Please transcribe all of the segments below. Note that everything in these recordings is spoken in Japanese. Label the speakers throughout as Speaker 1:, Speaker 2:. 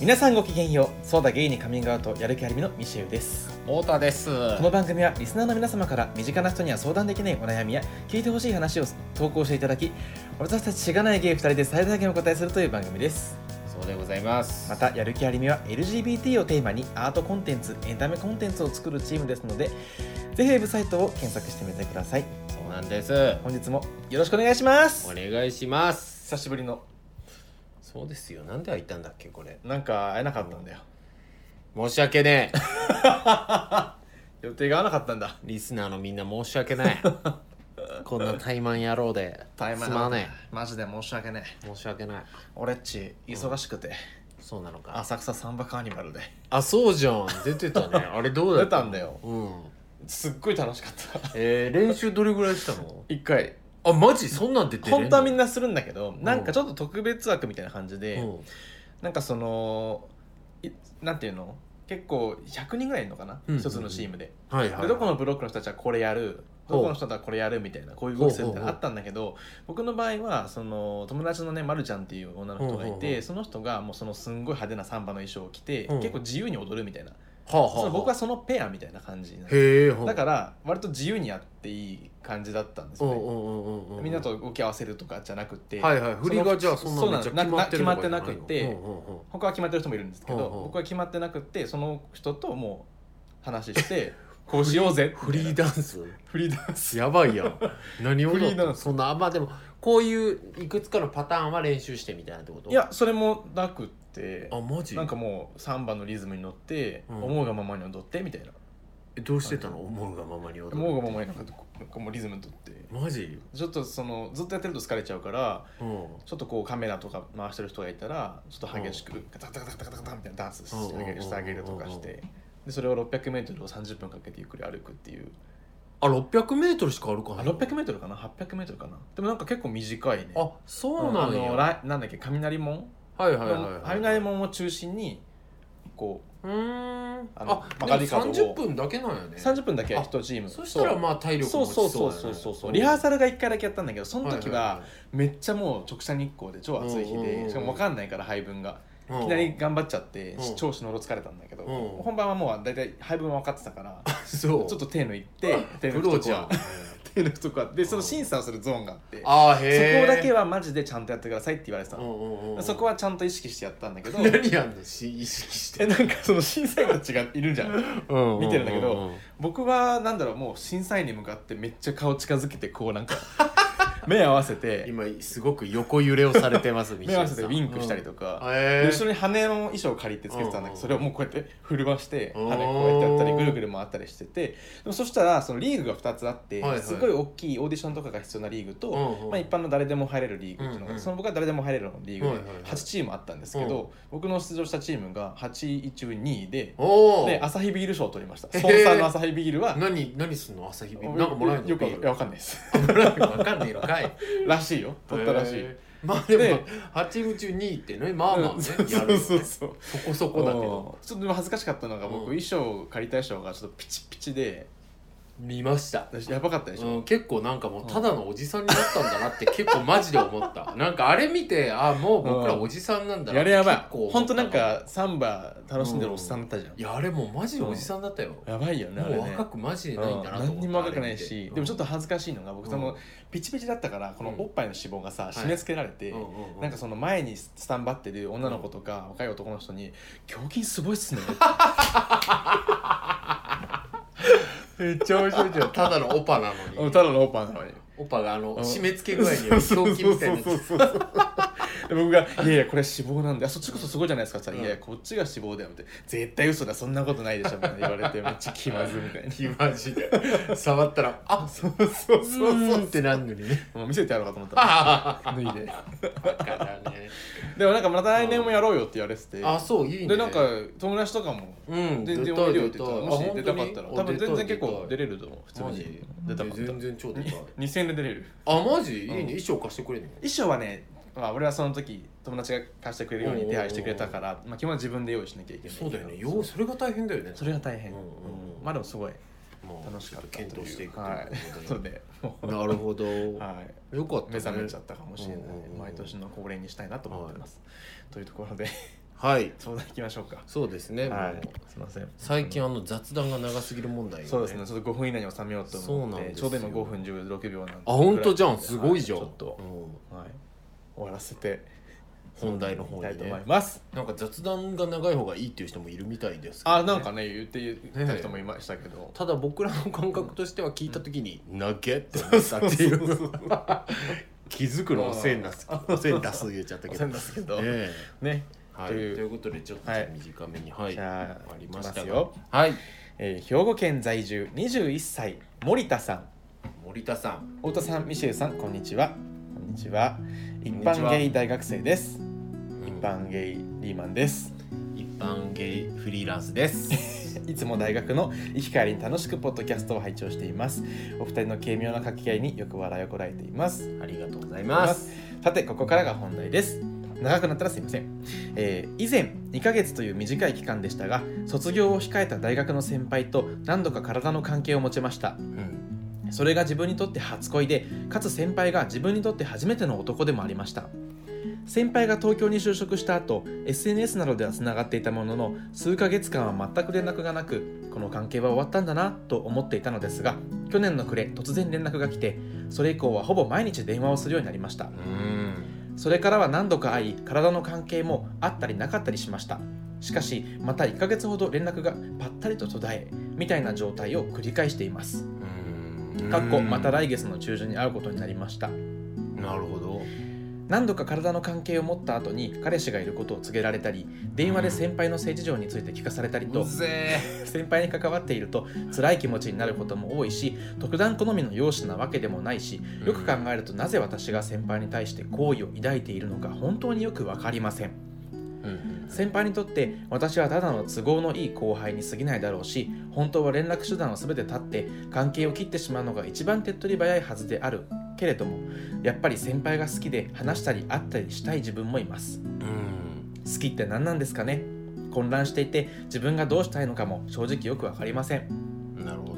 Speaker 1: 皆さんごきげんようソーダゲイにカミングアウトやる気ありみのミシェウです
Speaker 2: 太田です。
Speaker 1: この番組はリスナーの皆様から身近な人には相談できないお悩みや聞いてほしい話を投稿していただき私たちしがないゲイ2人で最大限お答えするという番組です
Speaker 2: そうでございます。
Speaker 1: またやる気ありみは LGBT をテーマにアートコンテンツエンタメコンテンツを作るチームですのでぜひウェブサイトを検索してみてください
Speaker 2: そうなんです。
Speaker 1: 本日もよろしくお願いします
Speaker 2: お願いします。
Speaker 1: 久しぶりの
Speaker 2: そうですよ。なんで開いたんだっけこれ。
Speaker 1: なんか会えなかったんだよ
Speaker 2: 申し訳ね え。
Speaker 1: 予定が合わなかったんだ
Speaker 2: リスナーのみんな申し訳 ない。こんな怠慢野郎で。すまね
Speaker 1: マジで申し訳ね
Speaker 2: え。
Speaker 1: え
Speaker 2: 申し訳ない。
Speaker 1: 俺っち忙しくて、
Speaker 2: そうなのか。
Speaker 1: 浅草サンバカーニバルで
Speaker 2: あ、そうじゃん。出てた ね。あれどうだ
Speaker 1: 出
Speaker 2: った
Speaker 1: たんだよ
Speaker 2: うん。
Speaker 1: すっごい楽しかった
Speaker 2: えー、練習どれぐらいしたの
Speaker 1: 一回
Speaker 2: あ、マジそんなん出てる
Speaker 1: 本当はみん
Speaker 2: な。
Speaker 1: なするんだけど、なんかちょっと特別枠みたいな感じで、
Speaker 2: うん。
Speaker 1: なんかそのいなんていうの結構100人ぐらいいるのかな、
Speaker 2: うん
Speaker 1: 一つのチームで,、
Speaker 2: はいはい。
Speaker 1: でどこのブロックの人たちはこれやる
Speaker 2: ほう
Speaker 1: どこの人たちはこれやるみたいなこういう動きするみたいな
Speaker 2: ほうほう
Speaker 1: のあ
Speaker 2: ほう
Speaker 1: ったんだけど僕の場合はその友達のねまるちゃんっていう女の人がいて
Speaker 2: ほうほうほう
Speaker 1: その人がもうそのすんごい派手なサンバの衣装を着て、
Speaker 2: うん
Speaker 1: 結構自由に踊るみたいな、
Speaker 2: はあはあ
Speaker 1: そ
Speaker 2: は
Speaker 1: の
Speaker 2: あ、
Speaker 1: 僕はそのペアみたいな感じになって
Speaker 2: へえ、ほう
Speaker 1: だから割と自由にやっていい感じだったんです
Speaker 2: うん
Speaker 1: よ
Speaker 2: う
Speaker 1: ね、
Speaker 2: んうんうんうん。
Speaker 1: みんなと動き合わせるとかじゃなくて、
Speaker 2: はいはい振りがじゃあそんな
Speaker 1: そう
Speaker 2: め
Speaker 1: なの
Speaker 2: っちゃ決まってる
Speaker 1: な
Speaker 2: とかじゃい
Speaker 1: な決まって
Speaker 2: の
Speaker 1: なくて
Speaker 2: うんうんうん
Speaker 1: 他は決まってる人もいるんですけど、
Speaker 2: うんうん
Speaker 1: 僕は決まってなくてその人ともう話 してこうしようぜ
Speaker 2: フリー
Speaker 1: ダン
Speaker 2: ダンス
Speaker 1: スフリーダンス
Speaker 2: やばいや ん何を
Speaker 1: フリーダンス
Speaker 2: そんなあまあでもこういういくつかのパターンは練習してみたいなってこと
Speaker 1: いやそれもなくって
Speaker 2: あマジ
Speaker 1: なんかもうサンバのリズムに乗って、
Speaker 2: うん
Speaker 1: 思うがままに踊ってみたいな
Speaker 2: えどうしてたの思うがままに踊る
Speaker 1: 思うがままになんかこうもうリズムに乗って
Speaker 2: マジ
Speaker 1: ちょっとそのずっとやってると疲れちゃうから
Speaker 2: うんうん
Speaker 1: ちょっとこうカメラとか回してる人がいたらちょっと激しくガタガタガタガタガタみたいなダンスしてあげ
Speaker 2: うんうんうんうんうん
Speaker 1: してあげるとかしてでそれを 600m を30分かけてゆっくり歩くっていう
Speaker 2: あ600メートルしか歩か
Speaker 1: あ
Speaker 2: ないの
Speaker 1: 600m かな 800m かなでもなんか結構短いね
Speaker 2: あそうなん
Speaker 1: あ
Speaker 2: や
Speaker 1: の
Speaker 2: はい
Speaker 1: ラなんだっけ雷門
Speaker 2: はいはいはい
Speaker 1: 雷門を中心にこ
Speaker 2: うーん
Speaker 1: あの
Speaker 2: あ
Speaker 1: 曲
Speaker 2: で
Speaker 1: が
Speaker 2: も
Speaker 1: り角
Speaker 2: 30
Speaker 1: を
Speaker 2: 分だけなんやね
Speaker 1: う30分だけ1チーム
Speaker 2: そしたらまあ体力
Speaker 1: そ
Speaker 2: も
Speaker 1: う
Speaker 2: 落
Speaker 1: そう
Speaker 2: ち
Speaker 1: そう
Speaker 2: やね
Speaker 1: そうそうそうリハーサルが1回だけやったんだけどその
Speaker 2: はい
Speaker 1: 時はめっちゃもう直射日光で超暑い日
Speaker 2: うんうんうんう
Speaker 1: で
Speaker 2: ん
Speaker 1: しかも分かんないから配分が
Speaker 2: はい
Speaker 1: き
Speaker 2: い
Speaker 1: な
Speaker 2: はい
Speaker 1: り頑張っちゃって、
Speaker 2: うん
Speaker 1: 超しのろ疲れたんだけど、
Speaker 2: うん
Speaker 1: 本番はもう大体配分は分かってたから
Speaker 2: うんそう
Speaker 1: ちょっと手抜いて手
Speaker 2: プ
Speaker 1: 抜く
Speaker 2: ロ
Speaker 1: と
Speaker 2: じ
Speaker 1: こ
Speaker 2: ゃん
Speaker 1: は手抜くとこはでその審査をするゾーンがあってそこ
Speaker 2: あへえ
Speaker 1: だけはマジでちゃんとやってくださいって言われてた
Speaker 2: う
Speaker 1: の、
Speaker 2: んうんうん
Speaker 1: そこはちゃんと意識してやったんだけど
Speaker 2: 何やんのし意識して
Speaker 1: えなんかその審査員たちがいるじゃん見てるんだけど
Speaker 2: うんうんうんうん
Speaker 1: 僕はなんだろうもう審査員に向かってめっちゃ顔近づけてこ うなんか目合わせて
Speaker 2: 今すごく横揺れをされてます
Speaker 1: 目合わせてウィンクしたりとか、で
Speaker 2: え
Speaker 1: 後ろに羽の衣装を借りてつけてたんだけ
Speaker 2: うんう
Speaker 1: ど
Speaker 2: ん
Speaker 1: それをもうこうやって振るわして
Speaker 2: うん
Speaker 1: 羽こうやってやったりぐるぐる回ったりしててでもそしたらそのリーグが2つあって
Speaker 2: はいはい
Speaker 1: すごい大きいオーディションとかが必要なリーグと、
Speaker 2: うんうん
Speaker 1: まあ、一般の誰でも入れるリーグっていうのが、
Speaker 2: うんうん
Speaker 1: その僕は誰でも入れるのリーグ
Speaker 2: はい
Speaker 1: で
Speaker 2: はいはい
Speaker 1: 8チームあったんですけど、
Speaker 2: う
Speaker 1: 僕の出場したチームが8位中2位で
Speaker 2: おお
Speaker 1: でアサヒビール賞を取りました
Speaker 2: へー
Speaker 1: スポンサーのアサヒビールは、
Speaker 2: 何何すんの朝日ビールなんかもらえるの
Speaker 1: よくい
Speaker 2: ビール
Speaker 1: やわかんないです
Speaker 2: もらえるのわかんねえのかい
Speaker 1: らしいよ取ったらしい、
Speaker 2: へーまあで
Speaker 1: で
Speaker 2: も8チーム中2位ってねまあまあ
Speaker 1: うん
Speaker 2: ね
Speaker 1: そう
Speaker 2: や
Speaker 1: そ
Speaker 2: る
Speaker 1: う
Speaker 2: よ
Speaker 1: そう
Speaker 2: ね
Speaker 1: そう
Speaker 2: そこそこだけど
Speaker 1: ちょっとでも恥ずかしかったのが僕、
Speaker 2: うん
Speaker 1: 衣装を借りた衣装がちょっとピチピチで
Speaker 2: 見ました
Speaker 1: 私やばかったでしょ、
Speaker 2: うん、結構なんかもうただのおじさんになったんだなって 結構マジで思ったなんかあれ見てあもう僕らおじさんなんだな
Speaker 1: や
Speaker 2: って
Speaker 1: れやばい
Speaker 2: 結構思った
Speaker 1: 本当なんかサンバ楽しんでるおっさんだったじゃん、
Speaker 2: いやあれもうマジでおじさんだったよ、
Speaker 1: やばいよねあ
Speaker 2: も
Speaker 1: れ
Speaker 2: う
Speaker 1: ね
Speaker 2: 若くマジでないんだなと思って、
Speaker 1: うん何にも若くないし、でもちょっ
Speaker 2: と、
Speaker 1: と恥ずかしいのが僕その、ピチピチだったからこの
Speaker 2: うん
Speaker 1: おっぱいの脂肪がさ、
Speaker 2: い
Speaker 1: 締め付けられて、
Speaker 2: うんうんうん
Speaker 1: なん かその前にスタンバってる女の子とか、若い男の人に「胸筋すごいっ すね」
Speaker 2: めっちゃ面白いじゃんただのオパなのに
Speaker 1: ただのおっぱいなのに。
Speaker 2: オパがあの
Speaker 1: うん
Speaker 2: 締め付け具合による表記みたいなや
Speaker 1: そう
Speaker 2: つ
Speaker 1: そうそうそうで僕が「いやいやこれ脂肪なんであそっちこそすごいじゃないですか」って言ったら「
Speaker 2: うん
Speaker 1: いやいやこっちが脂肪だよ」って「絶対嘘だそんなことないでしょ」みたいな言われてめっちゃ気まずいみ たいな
Speaker 2: マジで触ったらあ
Speaker 1: そうそう
Speaker 2: う
Speaker 1: そうそ
Speaker 2: ーん
Speaker 1: う
Speaker 2: ってなんのにね
Speaker 1: もう見せてやろうかと思った
Speaker 2: あ
Speaker 1: 脱いで
Speaker 2: からね
Speaker 1: でもなんかまた来年もやろうよって言われてて
Speaker 2: あそういいね
Speaker 1: でなんか友達とかも
Speaker 2: うん
Speaker 1: 全然おいでよって言ったらもし出たかったら多分全然結構出
Speaker 2: れ
Speaker 1: れると思う普通
Speaker 2: マ
Speaker 1: に
Speaker 2: ジ
Speaker 1: 出たかった
Speaker 2: 全然超出たい
Speaker 1: 2000円で出れる
Speaker 2: あマジいいね
Speaker 1: うん
Speaker 2: 衣装貸してくれんの
Speaker 1: 衣装はね、まあ、俺はその時友達が貸してくれるように手配してくれたから、まあ、基本は自分で用意しなきゃいけない
Speaker 2: そうだよねようそれが大変だよね
Speaker 1: それが大変、
Speaker 2: うんうんうん
Speaker 1: うんまあでもすごい
Speaker 2: もう
Speaker 1: 楽しかったという
Speaker 2: 検討していくと
Speaker 1: は
Speaker 2: いう
Speaker 1: い
Speaker 2: こ
Speaker 1: そ
Speaker 2: と
Speaker 1: う
Speaker 2: で
Speaker 1: でもう
Speaker 2: なるほどよ
Speaker 1: はい
Speaker 2: かったね
Speaker 1: 目覚めちゃったかもしれない、
Speaker 2: うんうんうん
Speaker 1: 毎年の恒例にしたいなと思ってます、というところで
Speaker 2: はい
Speaker 1: 相談いきましょうか
Speaker 2: そうですね、
Speaker 1: は
Speaker 2: もう
Speaker 1: いすいません
Speaker 2: 最近あの雑談が長すぎる問題、
Speaker 1: そうですねちょっと5分以内に収めようと
Speaker 2: そう
Speaker 1: 思
Speaker 2: な
Speaker 1: っ
Speaker 2: ん
Speaker 1: て
Speaker 2: です
Speaker 1: ち
Speaker 2: よ
Speaker 1: ょうど今5分16秒なんで
Speaker 2: あ本当じゃんすごいじゃん、
Speaker 1: はちょっと
Speaker 2: う、ん
Speaker 1: はい、終わらせて
Speaker 2: 本題の方
Speaker 1: い
Speaker 2: に
Speaker 1: き
Speaker 2: ね
Speaker 1: たいと思います
Speaker 2: なんか雑談が長い方がいいっていう人もいるみたいですけどね、
Speaker 1: あなんかね言って言った人もいましたけど、
Speaker 2: ただ僕らの感覚としては聞いた時に「投げ」って思ったっていう
Speaker 1: そうそうそう
Speaker 2: 気づくのをせんなすせんだす言っちゃったけ
Speaker 1: そ
Speaker 2: ど
Speaker 1: うですけど、
Speaker 2: え
Speaker 1: ね、
Speaker 2: えはい、と
Speaker 1: という
Speaker 2: いうことでちょっと
Speaker 1: はい
Speaker 2: 短めにはい、
Speaker 1: じゃあ
Speaker 2: ありました
Speaker 1: いき
Speaker 2: が
Speaker 1: すよ、
Speaker 2: はい
Speaker 1: えー兵庫県在住21歳森田さん
Speaker 2: 森田さん
Speaker 1: 太田さんミシェルさんこんにちはこんにちは一
Speaker 2: にちは
Speaker 1: 般ゲイ大学生です
Speaker 2: 一
Speaker 1: 一般ゲイリーマンです
Speaker 2: 一般ゲイフリーランスです
Speaker 1: いつも大学の行き帰りに楽しくポッドキャストを拝聴していますお二人の軽妙な掛け合いによく笑いをこらえています
Speaker 2: ありがとうございます
Speaker 1: さてここからが本題です長くなったらすいません、えー以前2ヶ月という短い期間でしたが卒業を控えた大学の先輩と何度か体の関係を持ちました
Speaker 2: うん
Speaker 1: それが自分にとって初恋でかつ先輩が自分にとって初めての男でもありました先輩が東京に就職した後 SNS などではつながっていたものの数ヶ月間は全く連絡がなくこの関係は終わったんだなと思っていたのですが去年の暮れ突然連絡が来てそれ以降はほぼ毎日電話をするようになりました
Speaker 2: うん
Speaker 1: それからは何度か会い体の関係もあったりなかったりしましたしかしまた1ヶ月ほど連絡がぱったりと途絶えみたいな状態を繰り返しています
Speaker 2: うん
Speaker 1: かっこまた来月の中旬に会うことになりました
Speaker 2: なるほど
Speaker 1: 何度か体の関係を持った後に彼氏がいることを告げられたり電話で先輩の性事情について聞かされたり
Speaker 2: う
Speaker 1: と
Speaker 2: ぜ
Speaker 1: 先輩に関わっていると辛い気持ちになることも多いし特段好みの容姿なわけでもないしよく考えるとなぜ私が先輩に対して好意を抱いているのか本当によく分かりません
Speaker 2: うん
Speaker 1: 先輩にとって私はただの都合のいい後輩に過ぎないだろうし本当は連絡手段を全て断って関係を切ってしまうのが一番手っ取り早いはずであるけれどもやっぱり先輩が好きで話したり会ったりしたい自分もいます
Speaker 2: うん
Speaker 1: 好きって何なんですかね混乱していて自分がどうしたいのかも正直よくわかりません
Speaker 2: なるほど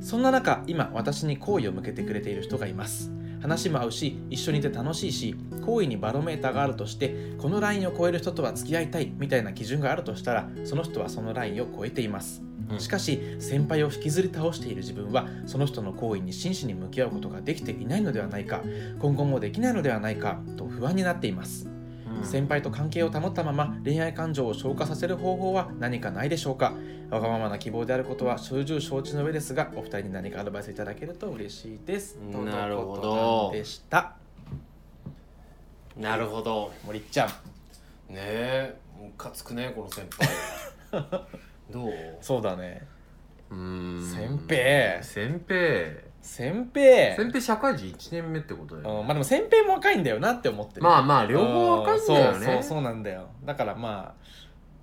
Speaker 1: そんな中今私に好意を向けてくれている人がいます話も合うし一緒にいて楽しいし好意にバロメーターがあるとしてこのラインを超える人とは付き合いたいみたいな基準があるとしたらその人はそのラインを超えていますしかし先輩を引きずり倒している自分はその人の好意に真摯に向き合うことができていないのではないか今後もできないのではないかと不安になっています先輩と関係を保ったまま恋愛感情を消化させる方法は何かないでしょうかわがままな希望であることは重々承知の上ですがお二人に何かアドバイスいただけると嬉しいですとのこと
Speaker 2: なるほど
Speaker 1: でした
Speaker 2: なるほど
Speaker 1: 森ちゃん
Speaker 2: ねえムカつくねこの先 輩どう
Speaker 1: そうだね
Speaker 2: うん
Speaker 1: 先輩
Speaker 2: 先輩
Speaker 1: 先輩
Speaker 2: 先輩社会人1年目ってことだよね、
Speaker 1: うんまあでも先輩も若いんだよなって思ってる
Speaker 2: まあまあ両方わかんないよね
Speaker 1: そうそうそうなんだよだからま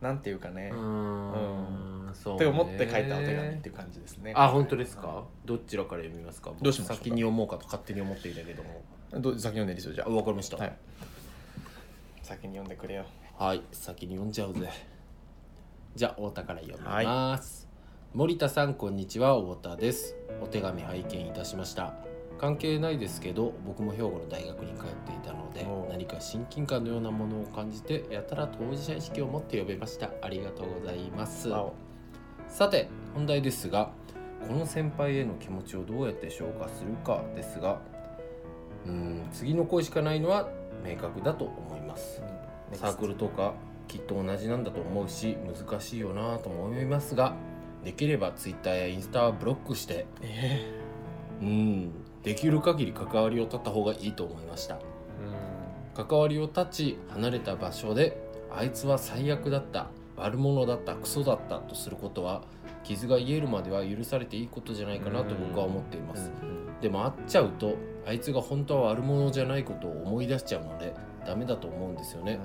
Speaker 1: あなんていうかね
Speaker 2: うーんそうね
Speaker 1: って思って書いたお手紙っていう感じですね
Speaker 2: あ本当ですかどちらから読みますか
Speaker 1: どうしましょうか
Speaker 2: 先に読もうかと勝手に思っていたけども
Speaker 1: ど先読んでいいですよじゃ
Speaker 2: あわかりました
Speaker 1: あはい先に読んでくれよ
Speaker 2: はい先に読んじゃうぜじゃあ太田から読みます、森田さんこんにちは太田ですお手紙拝見いたしました関係ないですけど僕も兵庫の大学に通っていたので
Speaker 1: おう
Speaker 2: 何か親近感のようなものを感じてやたら当事者意識を持って呼べましたありがとうございます
Speaker 1: 青
Speaker 2: さて本題ですがこの先輩への気持ちをどうやって消化するかですがうーん次の恋しかないのは明確だと思いますサークルとかきっと同じなんだと思うし難しいよなぁとも思いますができれば Twitter やインスタはブロックして
Speaker 1: え
Speaker 2: うんできる限り関わりを断った方がいいと思いました関わりを断ち離れた場所であいつは最悪だった悪者だったクソだったとすることは傷が癒えるまでは許されていいことじゃないかなと僕は思っていますでも会っちゃうとあいつが本当は悪者じゃないことを思い出しちゃうのでダメだと思うんですよね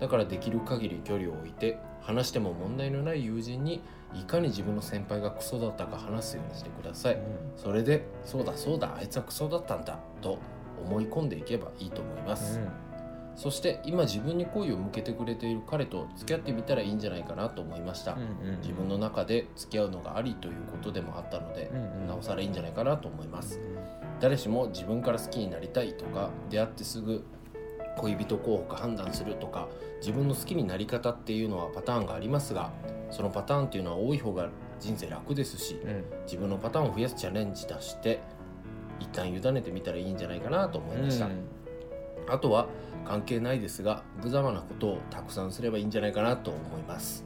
Speaker 2: だからできる限り距離を置いて話しても問題のない友人にいかに自分の先輩がクソだったか話すようにしてくださいそれでそうだそうだあいつはクソだったんだと思い込んでいけばいいと思います、そして今自分に好意を向けてくれている彼と付き合ってみたらいいんじゃないかなと思いました、自分の中で付き合うのがありということでもあったので、なおさらいいんじゃないかなと思います誰しも自分から好きになりたいとか出会ってすぐ恋人候補か判断するとか自分の好きになり方っていうのはパターンがありますがそのパターンっていうのは多い方が人生楽ですし
Speaker 1: うん
Speaker 2: 自分のパターンを増やすチャレンジ出して一旦委ねてみたらいいんじゃないかなと思いました、あとは関係ないですが無様なことをたくさんすればいいんじゃないかなと思います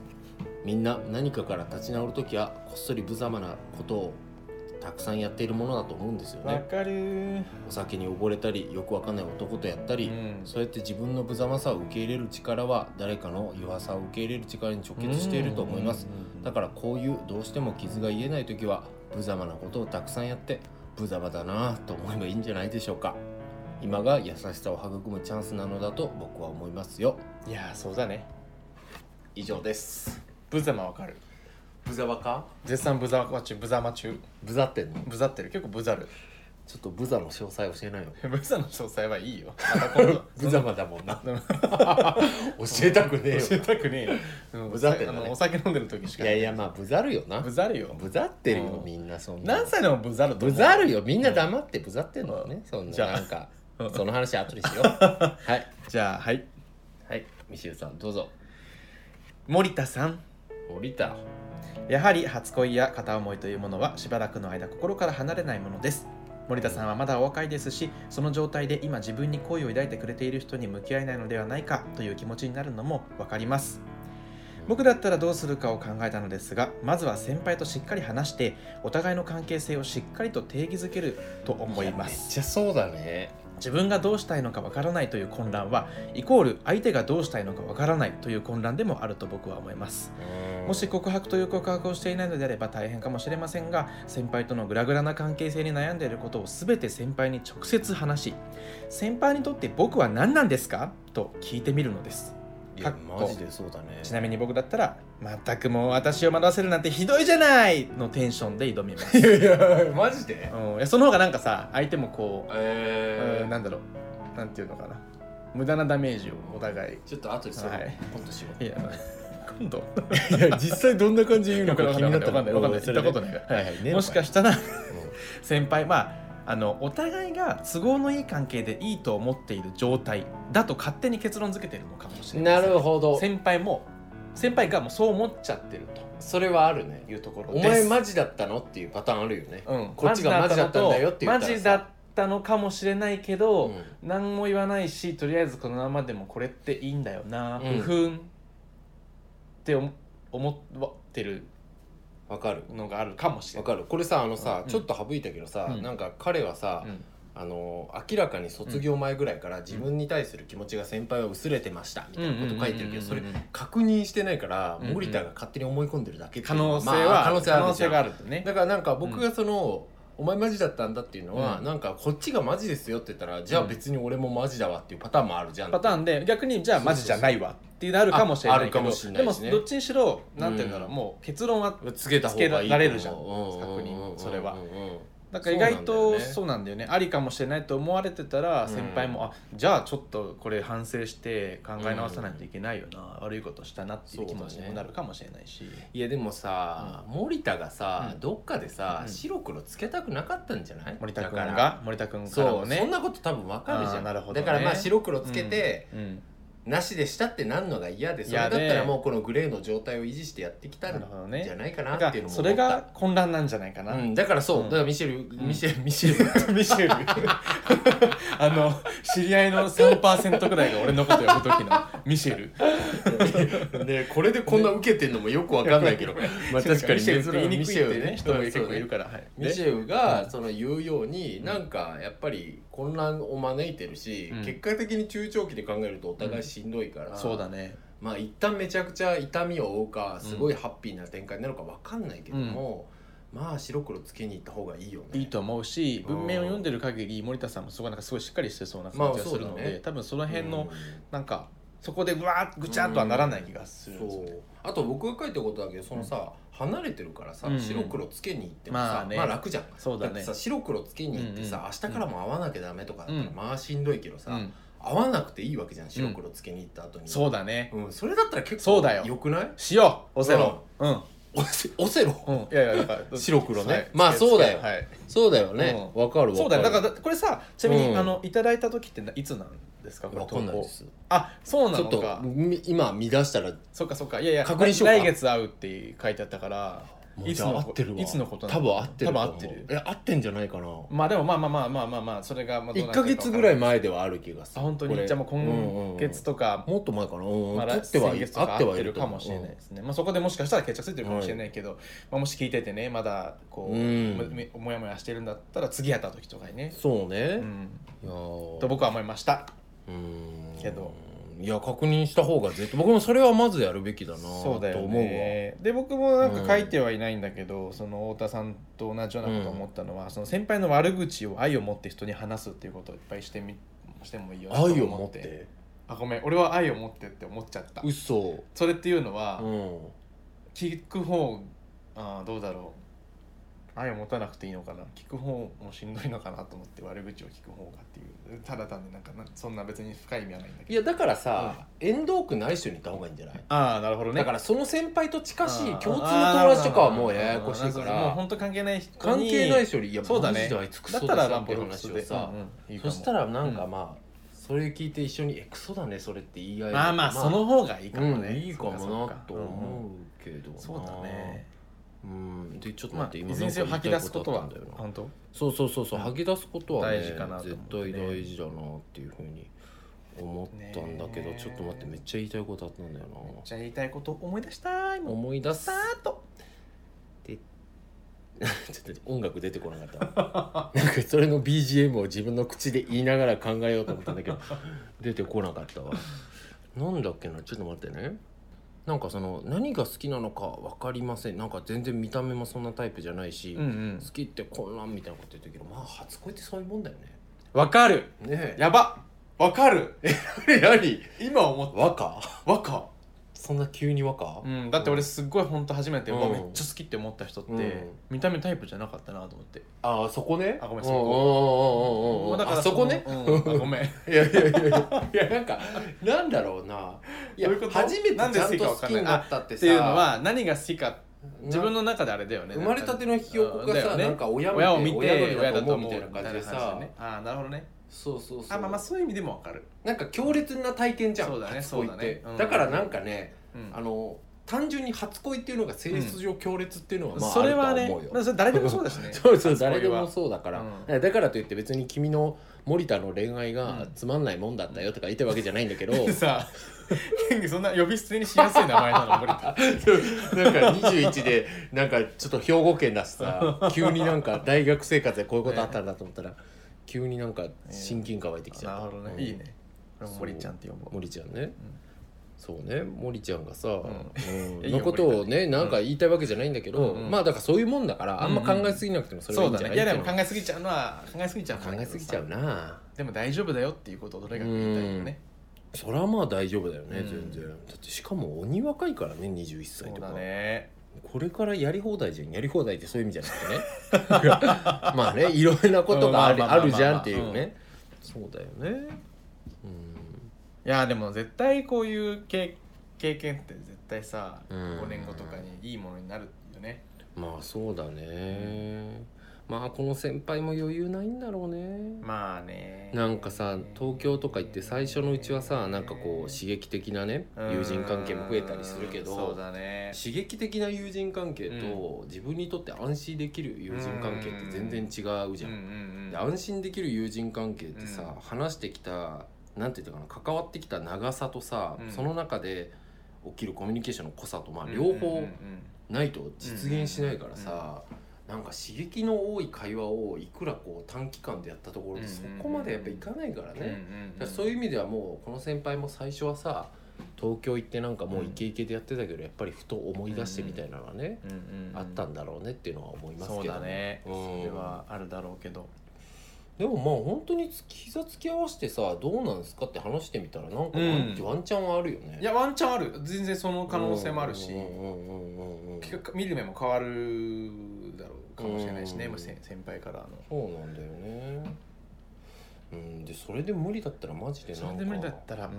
Speaker 2: みんな何かから立ち直るときはこっそり無様なことをたくさんやっているものだと思うんですよ
Speaker 1: わ
Speaker 2: ね
Speaker 1: かる
Speaker 2: お酒に溺れたりよくわかんない男とやったり、
Speaker 1: うん
Speaker 2: そうやって自分の無様さを受け入れる力は誰かの弱さを受け入れる力に直結していると思いますだからこういうどうしても傷が癒えない時は無様なことをたくさんやって無様だなぁと思えばいいんじゃないでしょうか今が優しさを育むチャンスなのだと僕は思いますよ
Speaker 1: らいやーそうだね
Speaker 2: 以上です
Speaker 1: ブザマわかる
Speaker 2: 無様か
Speaker 1: 絶賛ブザマ中ブザマ中
Speaker 2: 無ざってんの
Speaker 1: ブザってる結構ブザる
Speaker 2: ちょっと無様の詳細教えないよ
Speaker 1: ブザの詳細はいいよまた今度
Speaker 2: 無様だもんな
Speaker 1: でも
Speaker 2: 教えたくね
Speaker 1: 教えたくねえよ
Speaker 2: ブザってんだね
Speaker 1: あのお酒飲んでる時しか
Speaker 2: いやいやまあ無ざるよな
Speaker 1: ブザるよ
Speaker 2: 無ざってるよ
Speaker 1: うん
Speaker 2: みんなそんな
Speaker 1: 何歳でもブザると
Speaker 2: ブ
Speaker 1: 思う
Speaker 2: ザるよみんな黙ってブザってんのよね、そんな
Speaker 1: じゃあ
Speaker 2: なんかその話後にしよ うはい
Speaker 1: じゃあはい
Speaker 2: はいミシェルさんどうぞ
Speaker 1: 森田さん
Speaker 2: 降りた
Speaker 1: やはり初恋や片思いというものはしばらくの間心から離れないものです森田さんはまだお若いですしその状態で今自分に恋を抱いてくれている人に向き合えないのではないかという気持ちになるのも分かります僕だったらどうするかを考えたのですがまずは先輩としっかり話してお互いの関係性をしっかりと定義づけると思い
Speaker 2: め
Speaker 1: ま
Speaker 2: っ
Speaker 1: す
Speaker 2: ちゃそうだね
Speaker 1: 自分がどうしたいのかわからないという混乱はイコール相手がどうしたいのかわからないという混乱でもあると僕は思いますもし告白という告白をしていないのであれば大変かもしれませんが先輩とのグラグラな関係性に悩んでいることを全て先輩に直接話し先輩にとって僕は何なんですかと聞いてみるのです
Speaker 2: い
Speaker 1: か
Speaker 2: や
Speaker 1: っこ
Speaker 2: マジでそうだね
Speaker 1: ちなみに僕だったら全くもう私を惑わせるなんてひどいじゃないのテンションで挑みます、
Speaker 2: いやいやマジで
Speaker 1: うん、いやその方がなんかさ相手もこう、
Speaker 2: え
Speaker 1: うん
Speaker 2: ー
Speaker 1: なんだろうなんていうのかな無駄なダメージをお互い
Speaker 2: ちょっと後でそ
Speaker 1: はい
Speaker 2: れポンとしよ
Speaker 1: いや今度
Speaker 2: ういや実際どんな感じで言う
Speaker 1: のか気になった
Speaker 2: わかんないわかんない
Speaker 1: うんそれで
Speaker 2: はいはいね
Speaker 1: もしか
Speaker 2: し
Speaker 1: したら先輩まああのお互いが都合のいい関係でいいと思っている状態だと勝手に結論付けてるのかもしれない
Speaker 2: なるほど
Speaker 1: 先輩も先輩がもうそう思っちゃってる
Speaker 2: それはあるね
Speaker 1: というところ
Speaker 2: お
Speaker 1: です
Speaker 2: 前マジだったのっていうパターンあるよね
Speaker 1: うん、
Speaker 2: こっちがマジだったんだよって言っ
Speaker 1: マ
Speaker 2: たらさ
Speaker 1: ジだったのかもしれないけど、
Speaker 2: うん
Speaker 1: 何も言わないしとりあえずこのままでもこれっていいんだよな、
Speaker 2: うん
Speaker 1: ふふんって思思ってる
Speaker 2: わかる
Speaker 1: のがあるかもしれ
Speaker 2: わ
Speaker 1: ない。
Speaker 2: かるこれさあのさ
Speaker 1: うん
Speaker 2: ちょっと省いたけどさ
Speaker 1: うん
Speaker 2: なんか彼はさ
Speaker 1: うん
Speaker 2: あの明らかに卒業前ぐらいから自分に対する気持ちが先輩は薄れてましたみたいなこと書いてるけどそれ
Speaker 1: うんうんうんうん
Speaker 2: 確認してないから
Speaker 1: うんうん
Speaker 2: 森田が勝手に思い込んでるだけってい
Speaker 1: 可
Speaker 2: うの
Speaker 1: 能
Speaker 2: は
Speaker 1: 性
Speaker 2: ま
Speaker 1: は
Speaker 2: あ可能性あるじゃん
Speaker 1: があるとね
Speaker 2: だからなんか僕がその、お前マジだったんだっていうのは、
Speaker 1: うん
Speaker 2: なんかこっちがマジですよって言ったらじゃあ別に俺もマジだわっていうパターンもあるじゃん
Speaker 1: パターンで逆にじゃあマジじゃないわってなるかもしれないけ
Speaker 2: ああるか
Speaker 1: ど
Speaker 2: もしれな
Speaker 1: で
Speaker 2: いで
Speaker 1: も
Speaker 2: すね
Speaker 1: どっちにしろなんて言うんだろう
Speaker 2: うん
Speaker 1: もう結論は
Speaker 2: つけた方がいい
Speaker 1: つけられるじゃん
Speaker 2: ううううう
Speaker 1: 確認それは
Speaker 2: うんうん
Speaker 1: だから意外と
Speaker 2: そ
Speaker 1: そうなんだよねありかもしれないと思われてたら
Speaker 2: うん
Speaker 1: 先輩もあじゃあちょっとこれ反省して考え直さないといけないよな悪いことしたなっていう気持ちにもなるかもしれないし
Speaker 2: いやでもさ、森田がさ、
Speaker 1: うん
Speaker 2: どっかでさ、
Speaker 1: うん
Speaker 2: 白黒つけたくなかったんじゃない
Speaker 1: 森田君
Speaker 2: だから
Speaker 1: が森田君から
Speaker 2: そ
Speaker 1: も
Speaker 2: う、そん
Speaker 1: ね
Speaker 2: なこと多分わかるじ
Speaker 1: あ
Speaker 2: ゃ
Speaker 1: ー
Speaker 2: ん
Speaker 1: なるほどね
Speaker 2: だからまあ白黒つけて、
Speaker 1: うん
Speaker 2: なしでしたってなんのが嫌でそれだ
Speaker 1: 嫌
Speaker 2: っ
Speaker 1: で
Speaker 2: たらもうこのグレーの状態を維持してやってきた
Speaker 1: なんるほど
Speaker 2: じゃ
Speaker 1: ね
Speaker 2: ないかな
Speaker 1: だ
Speaker 2: っ
Speaker 1: か
Speaker 2: ていう
Speaker 1: ら
Speaker 2: のも
Speaker 1: そ
Speaker 2: 思っ
Speaker 1: れが
Speaker 2: た
Speaker 1: 混乱なんじゃないかな
Speaker 2: うん、だからそう、
Speaker 1: うん
Speaker 2: だからミシェル、
Speaker 1: ん
Speaker 2: ミシェル、ミシ ェル。
Speaker 1: ミシェル あの知り合いの3%ぐらいが俺のこと呼ぶ時のミシ ェル
Speaker 2: ね、これでこんな受けてんのもよくわかんないけど、まあ確かにね、
Speaker 1: ミシェルって言いに
Speaker 2: ミ
Speaker 1: く
Speaker 2: シ
Speaker 1: い
Speaker 2: ェ
Speaker 1: って
Speaker 2: ル
Speaker 1: ね
Speaker 2: ね、
Speaker 1: 人も結
Speaker 2: そう
Speaker 1: 構
Speaker 2: ね
Speaker 1: いるから、はい、
Speaker 2: ミシ
Speaker 1: で
Speaker 2: ェル
Speaker 1: う
Speaker 2: が
Speaker 1: ん
Speaker 2: その言うように、なんかやっぱり混乱を招いてるし、
Speaker 1: うん
Speaker 2: 結果的に中長期で考えるとお互いしんどいから、
Speaker 1: そうだね
Speaker 2: まあ一旦めちゃくちゃ痛みを負うかすごいハッピーな展開になるかわかんないけども、まあ白黒つけに行った方がいいよね。
Speaker 1: いいと思うし
Speaker 2: うん
Speaker 1: 文面を読んでる限り森田さんもすごいなんかすごいしっかりしてそうな感じがするの
Speaker 2: まあ
Speaker 1: で、
Speaker 2: そうだね
Speaker 1: 多分その辺
Speaker 2: うん
Speaker 1: のなんかそこでうわーぐちゃっとはならない気がするんですよ
Speaker 2: そ
Speaker 1: ね、
Speaker 2: うあと僕が書いたことだけどそのさ、離れてるからさ、
Speaker 1: うんうん
Speaker 2: 白黒つけに行ってもさ、
Speaker 1: ま
Speaker 2: まあ
Speaker 1: あね
Speaker 2: 楽じゃん
Speaker 1: そうだ
Speaker 2: っ
Speaker 1: ね
Speaker 2: てさ白黒つけに行ってさ、
Speaker 1: うんうん
Speaker 2: 明日からも会わなきゃダメとかだったら、
Speaker 1: うん
Speaker 2: まあしんどいけどさ、
Speaker 1: うん
Speaker 2: 会わなくていいわけじゃん白黒つけに行った後に、
Speaker 1: そうだね
Speaker 2: うんそれだったら結構
Speaker 1: そうだよ
Speaker 2: くない
Speaker 1: しようオセロうん、うん
Speaker 2: オセオセロ
Speaker 1: いやいやだから
Speaker 2: 白黒ね
Speaker 1: はい
Speaker 2: まあそうだよ
Speaker 1: はい
Speaker 2: そうだよ
Speaker 1: ね
Speaker 2: わ、かる
Speaker 1: そうだよだ
Speaker 2: だ
Speaker 1: か
Speaker 2: から
Speaker 1: これさちなみに、
Speaker 2: うん
Speaker 1: あのいただいた時ってないつなんですかこれ
Speaker 2: わかんない
Speaker 1: 投
Speaker 2: で
Speaker 1: 稿
Speaker 2: す
Speaker 1: あそうな
Speaker 2: ちょ
Speaker 1: の
Speaker 2: っと
Speaker 1: か
Speaker 2: み今見出したら
Speaker 1: そっかそっかいやいや
Speaker 2: 確認しようか
Speaker 1: 来月会うって書いてあったから
Speaker 2: もう
Speaker 1: い
Speaker 2: じ
Speaker 1: つ
Speaker 2: ゃ
Speaker 1: の
Speaker 2: あ合ってるわ
Speaker 1: いつのことな
Speaker 2: 多
Speaker 1: の
Speaker 2: 分合ってると思う
Speaker 1: 多分合ってる
Speaker 2: え合ってんじゃないかな
Speaker 1: まあでもまあまあまあまあまあまあそれがまあどう
Speaker 2: 1
Speaker 1: なって
Speaker 2: か
Speaker 1: る
Speaker 2: 月ぐらい
Speaker 1: わかんな
Speaker 2: 前ではある気がす
Speaker 1: あ
Speaker 2: る
Speaker 1: 本当
Speaker 2: こ
Speaker 1: に
Speaker 2: れ
Speaker 1: じゃあもう今月とか
Speaker 2: もっと前かな、うん
Speaker 1: まあ、
Speaker 2: 取
Speaker 1: 来
Speaker 2: ってはいる
Speaker 1: 先月とか
Speaker 2: 合って
Speaker 1: 合
Speaker 2: は
Speaker 1: っ
Speaker 2: い
Speaker 1: て
Speaker 2: る
Speaker 1: る
Speaker 2: と
Speaker 1: か
Speaker 2: 思う
Speaker 1: もしれないですね、まあ、そこでもしかしたら決着ついてるかもしれないけど、まあ、もし聞いててねまだこう、
Speaker 2: うん
Speaker 1: もももやもやしてるんだったら次会った時とかにね
Speaker 2: うん、そう
Speaker 1: う
Speaker 2: ね、
Speaker 1: ん、
Speaker 2: いやー
Speaker 1: と僕は思いました
Speaker 2: うん
Speaker 1: けど
Speaker 2: いや確認した方が絶対僕もそれはまずやるべきだなと思
Speaker 1: そうう
Speaker 2: わ
Speaker 1: だよねで僕もなんか書いてはいないんだけど、その太田さんと同じようなことを思ったのは、その先輩の悪口を愛を持って人に話すっていうことをいっぱいしてみしてもいいよなと思
Speaker 2: 愛を持って
Speaker 1: あごめん俺は愛を持ってって思っちゃった
Speaker 2: 嘘
Speaker 1: それっていうのは、
Speaker 2: うん
Speaker 1: 聞く方あーどうだろう愛を持たなくていいのかな聞く方もしんどいのかなと思って悪口を聞く方がっていうただ単になんかなそんな別に深い意味はないんだ
Speaker 2: い
Speaker 1: けど
Speaker 2: やだからさ、遠藤君ない人にいた方がいいんじゃない
Speaker 1: ああなるほどね
Speaker 2: だからその先輩と近しい
Speaker 1: あ
Speaker 2: 共
Speaker 1: ー
Speaker 2: 通の友達とかはもうややこしいか
Speaker 1: あーなるほどもう
Speaker 2: ら
Speaker 1: 本当関係ない人
Speaker 2: 関係ない
Speaker 1: 人
Speaker 2: 人にいや
Speaker 1: そうだね
Speaker 2: マジであいつク
Speaker 1: だ
Speaker 2: ソ
Speaker 1: った
Speaker 2: だ
Speaker 1: ら
Speaker 2: な
Speaker 1: ラ
Speaker 2: っ
Speaker 1: ン
Speaker 2: て
Speaker 1: ポ
Speaker 2: いう
Speaker 1: ロク
Speaker 2: 話
Speaker 1: ス
Speaker 2: を
Speaker 1: で
Speaker 2: さ、
Speaker 1: うんうんいいか
Speaker 2: そ
Speaker 1: も
Speaker 2: したらなんかまあ、それ聞いて一緒にえクソだねそれって言い合える
Speaker 1: まあまあその方がいいかもね、
Speaker 2: うん、いいかもなと
Speaker 1: うん
Speaker 2: 思うけどな
Speaker 1: そうだね
Speaker 2: うんでちょっと
Speaker 1: ま
Speaker 2: 待って、
Speaker 1: あい
Speaker 2: 今
Speaker 1: ずれにせよ
Speaker 2: なん
Speaker 1: 吐
Speaker 2: か言
Speaker 1: き出
Speaker 2: いた
Speaker 1: す
Speaker 2: い
Speaker 1: こと
Speaker 2: あった
Speaker 1: は
Speaker 2: んだよな
Speaker 1: 本当
Speaker 2: そうそうそうそう
Speaker 1: うん
Speaker 2: 吐き出すことはね
Speaker 1: 大事かなと思
Speaker 2: 絶
Speaker 1: ってね
Speaker 2: 対大事だなっていうふうに思ったんだけど、
Speaker 1: ねえ
Speaker 2: ちょっと待ってめっちゃ言いたいことあったんだよ
Speaker 1: めっ
Speaker 2: な
Speaker 1: ちゃ言いたいこと思い出したいもん
Speaker 2: 思い出す
Speaker 1: さーっと
Speaker 2: ちょっと音楽出てこなかった なんかそれの BGM を自分の口で言いながら考えようと思ったん だけど出てこなかったわなんだっけなちょっと待ってねなんかその何が好きなのか分かりませんなんか全然見た目もそんなタイプじゃないし、
Speaker 1: うんうん
Speaker 2: 好きってこんなんみたいなこと言ってるけどまあ初恋ってそういうもんだよねわかるね
Speaker 1: やばわか る
Speaker 2: え何
Speaker 1: 今思っ
Speaker 2: 和歌
Speaker 1: たわか
Speaker 2: そんな急に和歌、
Speaker 1: うん、だって俺すっごい本当初めて、
Speaker 2: うん
Speaker 1: うわめっちゃ好きって思った人って、
Speaker 2: うん
Speaker 1: 見た目タイプじゃなかったなと思って、
Speaker 2: ああそこね
Speaker 1: あごめん
Speaker 2: う
Speaker 1: そ
Speaker 2: こ
Speaker 1: もうだから
Speaker 2: あそこね、
Speaker 1: のうんあごめん
Speaker 2: いやいやいやいやいやなんかなんだろうないや
Speaker 1: どういうこと
Speaker 2: 初めてちゃんと好きになったって
Speaker 1: っ
Speaker 2: さ
Speaker 1: ていうのは何が好きか
Speaker 2: な
Speaker 1: 自分の中であれだよね
Speaker 2: 生まれたてのひよこが
Speaker 1: うんだ
Speaker 2: さ、
Speaker 1: よね
Speaker 2: なんか親
Speaker 1: 親を
Speaker 2: 見
Speaker 1: 見
Speaker 2: て
Speaker 1: て
Speaker 2: 親だ
Speaker 1: 親だ
Speaker 2: と思
Speaker 1: と思
Speaker 2: うみ
Speaker 1: う
Speaker 2: たいな感じで
Speaker 1: みたいな
Speaker 2: さ、
Speaker 1: 話ねああなるほどね
Speaker 2: そうそうそう
Speaker 1: あまあまあそういう意味でもわかる、
Speaker 2: なんか強烈な体験じゃん
Speaker 1: そうだね
Speaker 2: 初恋って
Speaker 1: そうだねうん
Speaker 2: だからなんかね
Speaker 1: うん
Speaker 2: あの単純に初恋っていうのが性質上強烈っていうのはまあ
Speaker 1: それは
Speaker 2: ある
Speaker 1: ね
Speaker 2: と思うよ
Speaker 1: まあそれ誰でもそうだし ね
Speaker 2: そうそう
Speaker 1: 初恋は
Speaker 2: 誰でもそうだから、
Speaker 1: う
Speaker 2: だからといって別に君の森田の恋愛がつまんないもんだったよとか言ってるわけじゃないんだけ ど、
Speaker 1: さあそんな呼び捨てにしやすい名前なの 森田
Speaker 2: なんか21でなんかちょっと兵庫県だし さ急になんか大学生活でこういうことあったんだと思ったら急になんか親近感湧いてきちゃ
Speaker 1: な
Speaker 2: っ
Speaker 1: る
Speaker 2: た、
Speaker 1: ほどね、
Speaker 2: うん
Speaker 1: いいね俺も森ちゃんって呼ぼう
Speaker 2: 森ちゃんね、そうね森ちゃんがさ、
Speaker 1: う
Speaker 2: うん
Speaker 1: いいよ
Speaker 2: のことをね
Speaker 1: 森田
Speaker 2: なんか言いたいわけじゃないんだけど、
Speaker 1: うんうん
Speaker 2: まあだからそういうもんだからあんま考えすぎなくてもそれはい
Speaker 1: そ
Speaker 2: いん
Speaker 1: う
Speaker 2: じ
Speaker 1: だ
Speaker 2: ゃな
Speaker 1: ね
Speaker 2: い
Speaker 1: いやでも
Speaker 2: って
Speaker 1: 考
Speaker 2: いうの
Speaker 1: えすぎちゃうのは考えすぎちゃうから
Speaker 2: 考えすぎちゃうな
Speaker 1: でも大丈夫だよっていうことをどれが言いたいよね
Speaker 2: それはまあ大丈夫だよね、
Speaker 1: うん
Speaker 2: 全然だってしかも鬼若いからね21
Speaker 1: そ
Speaker 2: 歳
Speaker 1: う
Speaker 2: とか
Speaker 1: だね
Speaker 2: これからやり放題じゃんやり放題ってそういう意味じゃなくてねまあね いろいろなことがある
Speaker 1: まあまあまあまあ
Speaker 2: あるじゃんっていうね、そうだよね
Speaker 1: いやでも絶対こういう経経験って絶対さ
Speaker 2: うん
Speaker 1: 5年後とかにいいものになるよね
Speaker 2: うんまあそうだねまあこの先輩も余裕ないんだろうね
Speaker 1: まあね
Speaker 2: なんかさ東京とか行って最初のうちはさなんかこう刺激的なね
Speaker 1: うん
Speaker 2: 友人関係も増えたりするけ
Speaker 1: そう
Speaker 2: ど
Speaker 1: だね
Speaker 2: 刺激的な友人関係と自分にとって安心できる友人関係って全然違うじゃん
Speaker 1: うんうんうん
Speaker 2: で安心できる友人関係ってさ、
Speaker 1: うん
Speaker 2: 話してきたなんて言ったかな関わってきた長さとさ、
Speaker 1: うん
Speaker 2: その中で起きるコミュニケーションの濃さとまあ
Speaker 1: うん
Speaker 2: 両
Speaker 1: うんう
Speaker 2: 方
Speaker 1: ん
Speaker 2: ないと実現しないからさ、なんか刺激の多い会話をいくらこう短期間でやったところで
Speaker 1: うん
Speaker 2: そこまでやっぱいかないからね、
Speaker 1: うんうん
Speaker 2: だ
Speaker 1: う
Speaker 2: から
Speaker 1: ん
Speaker 2: そういう意味ではもうこの先輩も最初はさ東京行ってなんかもうイケイケでやってたけど、やっぱりふと思い出してみたいなのはね、
Speaker 1: うんうんうん
Speaker 2: あったんだろうねっていうのは思いますけど
Speaker 1: そうだね
Speaker 2: うん
Speaker 1: それはあるだろうけど
Speaker 2: でもまあ本当につ膝つき合わせてさどうなんですかって話してみたらなんかワン,、
Speaker 1: うん
Speaker 2: ワンチャンはあるよね
Speaker 1: いやワンチャンある全然その可能性もあるし
Speaker 2: うんうんうんうんうん
Speaker 1: 結果見る目も変わるだろうかもしれないしね
Speaker 2: うん
Speaker 1: もう先先輩からの
Speaker 2: そうなんだよねうんでそれで無理だったらマジで
Speaker 1: そ
Speaker 2: な
Speaker 1: れ
Speaker 2: ん
Speaker 1: で無理だっ
Speaker 2: か
Speaker 1: たらうん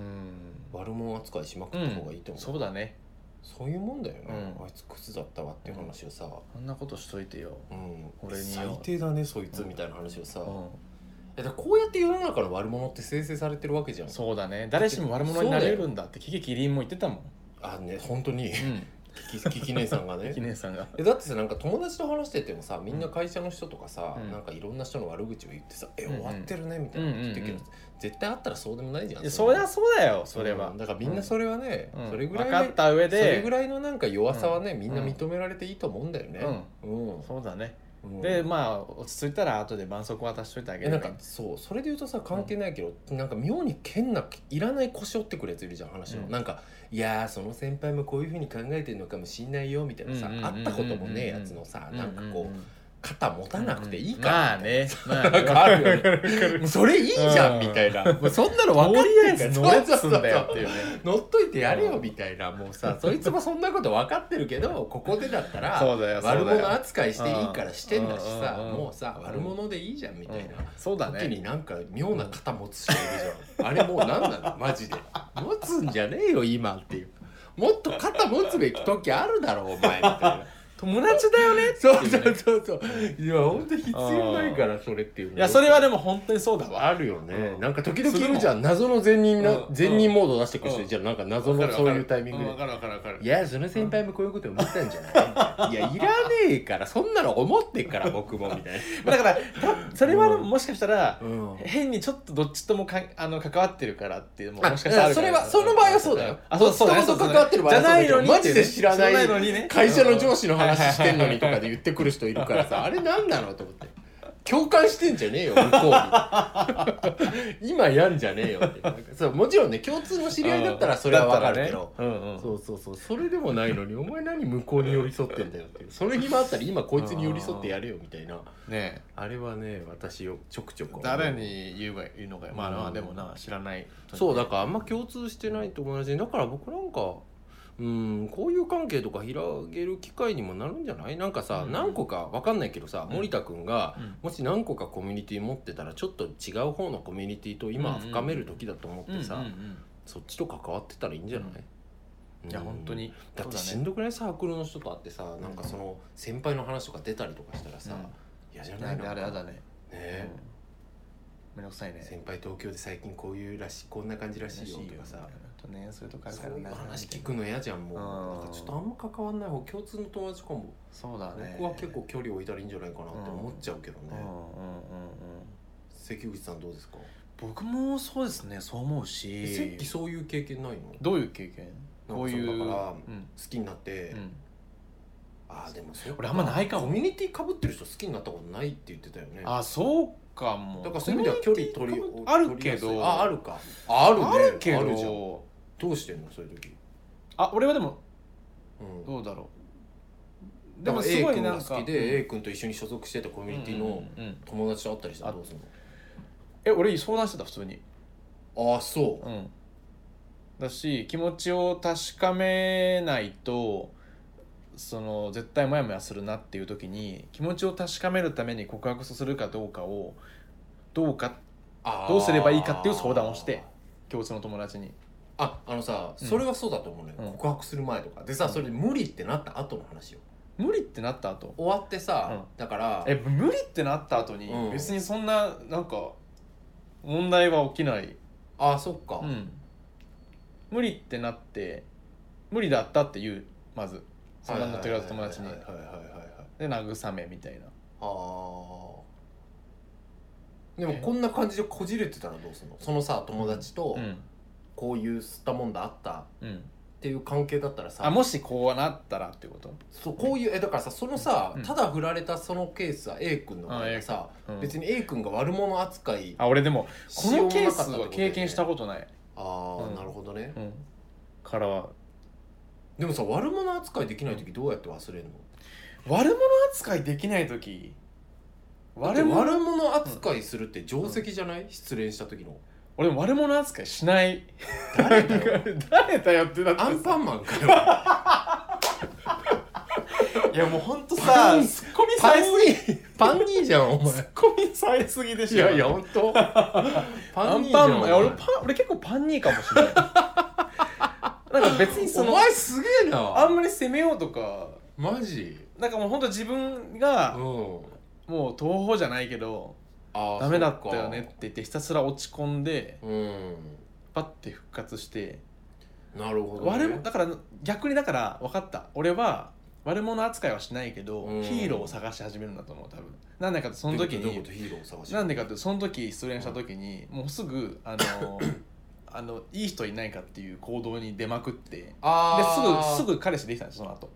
Speaker 2: 悪者扱いしまくった方がいいと思う、
Speaker 1: そうだね
Speaker 2: そういうもんだよね、
Speaker 1: うん
Speaker 2: あいつクズだったわっていう話をさ、
Speaker 1: こんなことしといてよ
Speaker 2: うん
Speaker 1: 俺によ
Speaker 2: 最低だねそいつ
Speaker 1: うん
Speaker 2: みたいな話をさ、
Speaker 1: うん
Speaker 2: だからこうやって世の中の悪者って生成されてるわけじゃん
Speaker 1: そうだね誰しも悪者になれるんだってキキキリンも言ってたもん
Speaker 2: あね本当に
Speaker 1: うん
Speaker 2: キキキキ姉さんがね
Speaker 1: キネさんが
Speaker 2: えだってさなんか友達と話しててもさみんな会社の人とかさ、
Speaker 1: うん
Speaker 2: なんかいろんな人の悪口を言ってさ「え
Speaker 1: うんうん
Speaker 2: 終わってるね」みたいなこと言ってるけど、
Speaker 1: うんうん
Speaker 2: 絶対あったらそうでもないじゃん
Speaker 1: いやそりゃそうだよそれ
Speaker 2: う
Speaker 1: は
Speaker 2: んだからみんなそれはね、
Speaker 1: うん
Speaker 2: それぐらい
Speaker 1: 分かった上
Speaker 2: それ
Speaker 1: で
Speaker 2: ぐらいのなんか弱さはね、みんな
Speaker 1: うん
Speaker 2: 認められていいと思うんだよね。うん
Speaker 1: そうだね
Speaker 2: うん
Speaker 1: でまあ落ち着いたら後で絆創膏渡しといてあ
Speaker 2: え
Speaker 1: げる
Speaker 2: なんかそうそれで言うとさ関係ないけど、なんか妙に変ないらない腰折ってくるやついるじゃん話の、
Speaker 1: うん
Speaker 2: なんか「いやーその先輩もこういうふうに考えてるのかもしんないよ」みたいなさ、
Speaker 1: うんうんうんうん
Speaker 2: 会ったこともねえやつのさ、なんかこう肩持たなくていい
Speaker 1: ま
Speaker 2: か
Speaker 1: あ
Speaker 2: ら、
Speaker 1: ねまあ
Speaker 2: なんかあるよね
Speaker 1: わかる
Speaker 2: もうそれいいじゃん、
Speaker 1: うん
Speaker 2: みたいな、もうそんなの分か
Speaker 1: と
Speaker 2: っ
Speaker 1: りあえ
Speaker 2: て
Speaker 1: ず
Speaker 2: る
Speaker 1: 乗
Speaker 2: から
Speaker 1: れっつうんだよっていうね
Speaker 2: 乗っといてやれよ
Speaker 1: うん
Speaker 2: みたいな、もうさそいつもそんなこと分かってるけどここでだったら
Speaker 1: そうだよそ
Speaker 2: 悪
Speaker 1: うだよ
Speaker 2: 者扱いしていいからしてんだしさ、
Speaker 1: うんうんうん
Speaker 2: もうさ悪者でいいじゃんみたいな、
Speaker 1: うんそうだ
Speaker 2: 時
Speaker 1: ね
Speaker 2: になんか妙な肩持つ人いるじゃん、あれもう何なのマジで持つんじゃねえよ今っていうもっと肩持つべき時あるだろお前みたい な
Speaker 1: 友達だよね
Speaker 2: そうそうそうそういや本当必要ないからそれっていう
Speaker 1: いやそれは
Speaker 2: ね
Speaker 1: でも本当にそうだわ
Speaker 2: あるよね、
Speaker 1: うん
Speaker 2: なんか時々いるじゃん謎の善人な、
Speaker 1: うん
Speaker 2: 善人モード出してくる人、
Speaker 1: うん
Speaker 2: じゃんなんか謎のそういうタイミングで
Speaker 1: わかるわかるわかる
Speaker 2: いやその先輩もこういうこと思ったんじゃないいやいらねえからそんなの思ってっから僕もみたい
Speaker 1: だから たそれはでも
Speaker 2: うん
Speaker 1: もしかしたら
Speaker 2: な、うん
Speaker 1: 変にちょっとどっちともかあの関わってるからっていうのも
Speaker 2: あ
Speaker 1: もしかしたらある
Speaker 2: そ
Speaker 1: から
Speaker 2: れはその場合はそうだよ
Speaker 1: あそうそうだね
Speaker 2: 人と関わってる場合
Speaker 1: じ
Speaker 2: はそう
Speaker 1: ゃ
Speaker 2: だ
Speaker 1: ない
Speaker 2: けど
Speaker 1: のにって
Speaker 2: マジ
Speaker 1: うね
Speaker 2: で知らない
Speaker 1: 知のにね
Speaker 2: 会社の上司の話してんのにとかで言ってくる人いるからさあれ何なのと思って共感してんじゃねえよ向こ うに今やんじゃねえよってなんかそうもちろんね共通の知り合いだったらそれは分かるけど、
Speaker 1: だったらねうんうん
Speaker 2: そうそうそうそれでもないのにお前何向こうに寄り添ってんだよっていうそれ暇あったら今こいつに寄り添ってやれよみたいな
Speaker 1: ね
Speaker 2: あれはね私よちょくちょく
Speaker 1: 誰に言うが言うのがまあま
Speaker 2: う
Speaker 1: あ
Speaker 2: ん
Speaker 1: でもな知らない
Speaker 2: そうだからあんま共通してない友達にだから僕なんかうんこういう関係とか広げる機会にもなるんじゃないなんかさ、
Speaker 1: うん
Speaker 2: 何個か分かんないけどさ、
Speaker 1: うん
Speaker 2: 森田君が
Speaker 1: うん
Speaker 2: もし何個かコミュニティ持ってたらちょっと違う方のコミュニティと今は深める時だと思ってさ、
Speaker 1: うんうんうん
Speaker 2: そっちと関わってたらいいんじゃない、うん
Speaker 1: いや本当に
Speaker 2: だってし
Speaker 1: そうん
Speaker 2: どくないサークルの人と会ってさなんかその先輩の話とか出たりとかしたらさ、
Speaker 1: うん
Speaker 2: 嫌じゃな
Speaker 1: だね
Speaker 2: い
Speaker 1: なん
Speaker 2: の
Speaker 1: であれやだ
Speaker 2: ね
Speaker 1: ね
Speaker 2: え
Speaker 1: うんめんどくさいね
Speaker 2: 先輩東京で最近こういうらしいこんな感じらしいよとかさ
Speaker 1: とねそういうとこある
Speaker 2: そ
Speaker 1: から
Speaker 2: う
Speaker 1: な
Speaker 2: いう話聞くの嫌じゃんもう
Speaker 1: うん
Speaker 2: なんかちょっとあんま関わんない方共通の友達とかも
Speaker 1: そうだね
Speaker 2: 僕は結構距離置いたらいいんじゃないかなって思っちゃうけど
Speaker 1: うんうんうん
Speaker 2: ね
Speaker 1: うん
Speaker 2: 関口さんどうですか
Speaker 1: 僕もそうですねそう思うし
Speaker 2: 関そういう経験ないの好
Speaker 1: どういう経験
Speaker 2: なんか
Speaker 1: こういう
Speaker 2: そうだから
Speaker 1: うん
Speaker 2: きになって
Speaker 1: うん
Speaker 2: ああでもそう
Speaker 1: 俺あんまないかも
Speaker 2: コミュニティかぶってる人好きになったことないって言ってたよね
Speaker 1: あそうかも
Speaker 2: だからそういう意味では距離取り
Speaker 1: コミュニティあるけ
Speaker 2: 取り
Speaker 1: ど
Speaker 2: やすいああるかああるね
Speaker 1: あるけ
Speaker 2: あじゃん
Speaker 1: ど
Speaker 2: どうしてんのそういう時、
Speaker 1: あ俺はでも
Speaker 2: うん、
Speaker 1: どうだろう
Speaker 2: で
Speaker 1: で
Speaker 2: も
Speaker 1: も
Speaker 2: A
Speaker 1: すごい
Speaker 2: 君
Speaker 1: な
Speaker 2: が
Speaker 1: ん
Speaker 2: 好
Speaker 1: か
Speaker 2: きで A 君と一緒に所属してたコ
Speaker 1: コ
Speaker 2: ミュニティの友達と会ったりしたら
Speaker 1: うん
Speaker 2: ど
Speaker 1: うん
Speaker 2: うする
Speaker 1: え俺相談してた普通に
Speaker 2: のああそう
Speaker 1: うんだし気持ちを確かめないとその絶対モヤモヤするなっていう時に気持ちを確かめるために告白するかどうかをどうか
Speaker 2: あー
Speaker 1: どうすればいいかっていう相談をして共通の友達に
Speaker 2: ああのさ
Speaker 1: うん
Speaker 2: それはそうだと思うね、
Speaker 1: うん
Speaker 2: 告白する前とかでさ
Speaker 1: うん
Speaker 2: それで無理ってなった後の話よ
Speaker 1: 無理ってなった後
Speaker 2: 終わってさ、だから
Speaker 1: え無理ってなった後に
Speaker 2: うん
Speaker 1: 別にそんななんか問題は起きない、
Speaker 2: ああそっか、
Speaker 1: うん無理ってなって無理だったって言うまず相談乗ってくれた友達に
Speaker 2: はいはいはいはいはいはいはい
Speaker 1: で慰めみたい
Speaker 2: あ
Speaker 1: な
Speaker 2: あでもこんな感じでこじれてたらどうするのそのさ友達と
Speaker 1: うん
Speaker 2: こういう吸ったもんだあったっ
Speaker 1: うん
Speaker 2: ていう関係だったらさ
Speaker 1: あもしこうなったらってこと、
Speaker 2: そうこういうえだからさそのさ、
Speaker 1: うん
Speaker 2: ただ振られたそのケースは A 君の場合はさ、
Speaker 1: うん
Speaker 2: 別に A 君が悪者扱い
Speaker 1: あ俺でも
Speaker 2: し
Speaker 1: こ
Speaker 2: よう
Speaker 1: の
Speaker 2: も
Speaker 1: ケ
Speaker 2: なか
Speaker 1: ー
Speaker 2: った
Speaker 1: ス
Speaker 2: ってことだよね
Speaker 1: は経験したことない、
Speaker 2: ああ、
Speaker 1: うん
Speaker 2: なるほどね、
Speaker 1: うん、からは
Speaker 2: でもさ悪者扱いできない時どうやって忘れるの
Speaker 1: 悪者扱いできない時
Speaker 2: だって
Speaker 1: 悪者
Speaker 2: 悪者扱いするって定石じゃない、失恋した 時の
Speaker 1: 俺も悪者扱いしない
Speaker 2: 誰だよ
Speaker 1: 誰だよってだって
Speaker 2: アンパンマンか よ
Speaker 1: いやもうほんと
Speaker 2: パ
Speaker 1: さ
Speaker 2: ン
Speaker 1: ツッコミ
Speaker 2: パ
Speaker 1: さ
Speaker 2: ン
Speaker 1: えすぎ
Speaker 2: ニーパンニーじゃんお前
Speaker 1: ツッコミさえすぎでしょ
Speaker 2: いやいや本当
Speaker 1: ア
Speaker 2: パ
Speaker 1: ンパンマンいや
Speaker 2: 俺
Speaker 1: 俺パン俺結構パンニーかもしれないなんか別にそ
Speaker 2: お
Speaker 1: の
Speaker 2: 前すげえ
Speaker 1: あ
Speaker 2: なん
Speaker 1: まり責めようとか
Speaker 2: マジ
Speaker 1: なんかもうほんと自分
Speaker 2: う
Speaker 1: が
Speaker 2: ん
Speaker 1: もう東方じゃないけど
Speaker 2: あー
Speaker 1: ダメだったよねって
Speaker 2: そ
Speaker 1: 言ってひたすら落ち込んで
Speaker 2: っかうん
Speaker 1: パッて復活して
Speaker 2: なるほど、ね、
Speaker 1: 悪もだから逆にだから分かった俺は悪者扱いはしないけど
Speaker 2: うん
Speaker 1: ヒーローを探し始めるんだと思う多分なんでかってその時
Speaker 2: どういう
Speaker 1: に
Speaker 2: ことヒーローを探して
Speaker 1: なんでかってその時失恋した時にもうすぐあ のあのいい人いないかっていう行動に出まくってですぐす
Speaker 2: ぐ
Speaker 1: ぐ彼氏できたんですその後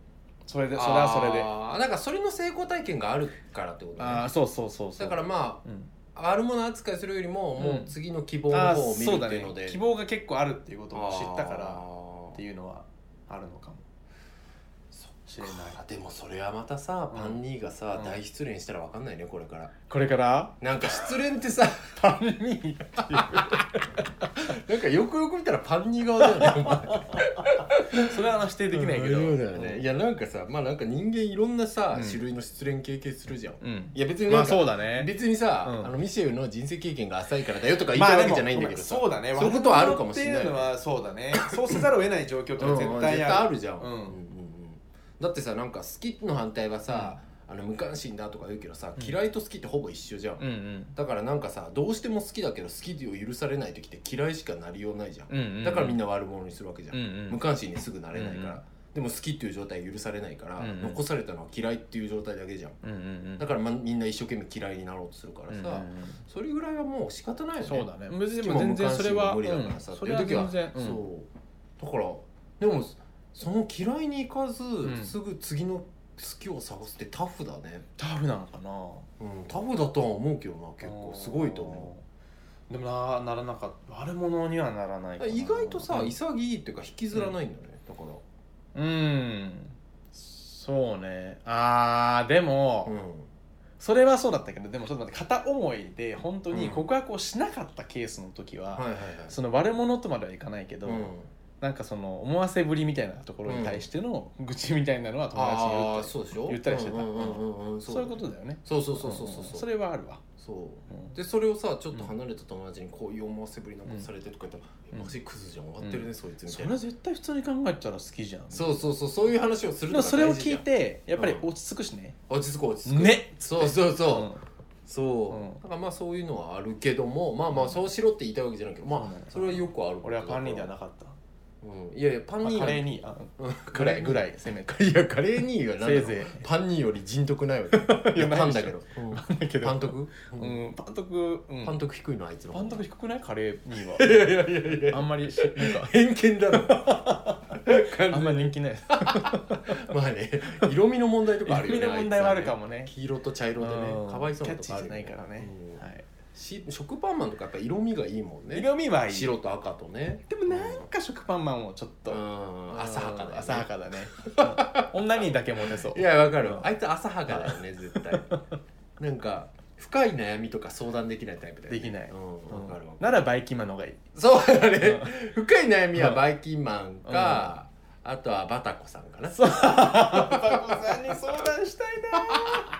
Speaker 1: それでそれはそれで
Speaker 2: なんかそれの成功体験があるからってことね
Speaker 1: ああそうそうそうそう
Speaker 2: だからま
Speaker 1: うん
Speaker 2: あ悪者扱いするよりも、
Speaker 1: うん
Speaker 2: もう次の希望の
Speaker 1: あ
Speaker 2: 方を見る
Speaker 1: そう
Speaker 2: っ
Speaker 1: だ
Speaker 2: ていう
Speaker 1: ね
Speaker 2: ので
Speaker 1: 希望が結構あるっていうことを知ったから
Speaker 2: ら
Speaker 1: っていうのはあるのかもしれない
Speaker 2: でもそれはまたさ
Speaker 1: うん
Speaker 2: パンニーがさ、
Speaker 1: うん
Speaker 2: 大失恋したらわかんないねこれから
Speaker 1: これから
Speaker 2: なんか失恋ってさ
Speaker 1: パンに
Speaker 2: なんかよくよく見たらパンニー側だよね お前
Speaker 1: それはあの否定できないけど、
Speaker 2: うんそうだよねいやなんかさまあなんか人間いろんなさ、
Speaker 1: うん
Speaker 2: 種類の失恋経験するじゃんい
Speaker 1: うん
Speaker 2: や別に
Speaker 1: ま
Speaker 2: な
Speaker 1: あ
Speaker 2: んか、
Speaker 1: そうだね
Speaker 2: 別にさ、
Speaker 1: うん
Speaker 2: あのミシェルの人生経験が浅いからだよとか言い
Speaker 1: ま
Speaker 2: た
Speaker 1: あ
Speaker 2: いわ
Speaker 1: で
Speaker 2: け
Speaker 1: も
Speaker 2: じゃないんだけどさ、
Speaker 1: そうだね
Speaker 2: そういうことはあるかもしれない
Speaker 1: 悪者っていうのはそうだねそうせざるを得ない状況っていうのは
Speaker 2: うん
Speaker 1: 絶
Speaker 2: 絶
Speaker 1: 対
Speaker 2: 対
Speaker 1: あ
Speaker 2: あ
Speaker 1: る、
Speaker 2: るじゃん,、
Speaker 1: うん
Speaker 2: だってさなんか好きの反対はさ、あの無関心だとか言うけどさ
Speaker 1: うん
Speaker 2: 嫌いと好きってほぼ一緒じゃん、
Speaker 1: うんうん
Speaker 2: だからなんかさどうしても好きだけど好きを許されない時って嫌いしかなりようないじゃん、
Speaker 1: うんうん
Speaker 2: だからみんな悪者にするわけじゃん、
Speaker 1: うんうん
Speaker 2: 無関心にすぐなれないから、
Speaker 1: うんうん
Speaker 2: でも好きっていう状態は許されないから、
Speaker 1: うんうん
Speaker 2: 残されたのは嫌いっていう状態だけじゃん
Speaker 1: うんうんうん
Speaker 2: だから、ま、みんな一生懸命嫌いになろうとするからさ、
Speaker 1: うんうんうん
Speaker 2: それぐらいはもう仕方ないよね
Speaker 1: そうだね
Speaker 2: 好
Speaker 1: 別
Speaker 2: き
Speaker 1: にで
Speaker 2: も
Speaker 1: も全
Speaker 2: 無
Speaker 1: 然
Speaker 2: 関
Speaker 1: それ
Speaker 2: 心も
Speaker 1: は
Speaker 2: 無理だからさ、
Speaker 1: うん
Speaker 2: って
Speaker 1: そ
Speaker 2: い
Speaker 1: れ
Speaker 2: う
Speaker 1: は
Speaker 2: 時は
Speaker 1: 全然、うん
Speaker 2: そうだからでもその嫌いに行かず、
Speaker 1: ん
Speaker 2: すぐ次の好きを探すってタフだね、
Speaker 1: タフなのかな
Speaker 2: うん、タフだとは思うけどな結構すごいと思
Speaker 1: うでもなならなかった悪者にはならないか
Speaker 2: う
Speaker 1: な
Speaker 2: 意外とさ
Speaker 1: うん
Speaker 2: 潔いっていうか引きずらないんだね、だから
Speaker 1: うんそうねあーでも、
Speaker 2: う
Speaker 1: それはそうだったけどでもちょっと待って片思いで本当に告白をしなかったケースの時
Speaker 2: ん
Speaker 1: は、
Speaker 2: はいはいはい
Speaker 1: その悪者とまではいかないけど、
Speaker 2: うん
Speaker 1: なんかその思わせぶりみたいなところに対しての愚痴みたいなのは友達に言
Speaker 2: ああ
Speaker 1: ったり
Speaker 2: そうでしょ
Speaker 1: 言ったりしてた
Speaker 2: うんうんうんうん
Speaker 1: そう
Speaker 2: だ
Speaker 1: いうことだよね
Speaker 2: そうそうそうそうそう
Speaker 1: うん
Speaker 2: そう
Speaker 1: それはあるわ、
Speaker 2: そう
Speaker 1: うん
Speaker 2: でそれをさちょっと離れた友達にこういう思わせぶりなんかされてとか言った
Speaker 1: うん
Speaker 2: ら「マジクズじゃん終わってるねそいつ」み
Speaker 1: そ
Speaker 2: た
Speaker 1: れ
Speaker 2: い
Speaker 1: は
Speaker 2: な
Speaker 1: 絶対普通に考えたら好きじゃん
Speaker 2: そうそうそうそういう話をする
Speaker 1: で
Speaker 2: のが
Speaker 1: もそれを
Speaker 2: 大事じ
Speaker 1: 聞
Speaker 2: ゃ
Speaker 1: い
Speaker 2: ん
Speaker 1: てやっぱり落ち着くしね、
Speaker 2: 落ち着こう落ち着こう
Speaker 1: ね
Speaker 2: そうそう
Speaker 1: う
Speaker 2: そうんそううんだからまあそういうのはあるけどもまあまあそうしろって言いたいわけじゃないけどまあそれはよくある
Speaker 1: 俺はパンニーでは
Speaker 2: な
Speaker 1: なかった、
Speaker 2: いやいやパン
Speaker 1: まあ
Speaker 2: ニー
Speaker 1: カ
Speaker 2: なん
Speaker 1: レ
Speaker 2: て
Speaker 1: ーにあ
Speaker 2: うん
Speaker 1: ぐらいぐ
Speaker 2: い
Speaker 1: らいせめて
Speaker 2: いやカレーニーはなん
Speaker 1: せ
Speaker 2: だ
Speaker 1: い
Speaker 2: ろう
Speaker 1: ぜ
Speaker 2: パンニーより人徳ないわけいや
Speaker 1: な
Speaker 2: パン
Speaker 1: いでしょ
Speaker 2: だけどうん
Speaker 1: いだけど
Speaker 2: パン徳
Speaker 1: う
Speaker 2: うん
Speaker 1: んパン徳うん
Speaker 2: パン徳低いのあいつの
Speaker 1: パンとか低くないカレーにはい
Speaker 2: やいやいやいや
Speaker 1: あんまりしなんか
Speaker 2: 偏見だろ
Speaker 1: あんまり人気ないです
Speaker 2: まあね色味の問題とかあるよね
Speaker 1: 色味の問題はあるかもね
Speaker 2: あいつはね黄色と茶色でね
Speaker 1: うん
Speaker 2: かわいそう
Speaker 1: キ
Speaker 2: な
Speaker 1: ャッ
Speaker 2: と
Speaker 1: チ
Speaker 2: かあ
Speaker 1: ー
Speaker 2: る
Speaker 1: じ
Speaker 2: よ
Speaker 1: ゃないからね
Speaker 2: うん
Speaker 1: はい
Speaker 2: し食パンマンとかやっぱ色味がいいもんね
Speaker 1: 色味はいい
Speaker 2: 白と赤とね
Speaker 1: でもなんか食パンマンもちょっ
Speaker 2: う
Speaker 1: と
Speaker 2: ん浅はかだよね
Speaker 1: 浅はか だねうん女にだけモテそう
Speaker 2: いやわかるあいつ浅はかだよね絶対なんか深い悩みとか相談できないタイプだよね
Speaker 1: できない
Speaker 2: うんわかるわか
Speaker 1: ならバイキンマンの方 がいい
Speaker 2: るそうだね深い悩みはバイキンマンかあとはバタコさんかな
Speaker 1: そうバコさんに相談したいな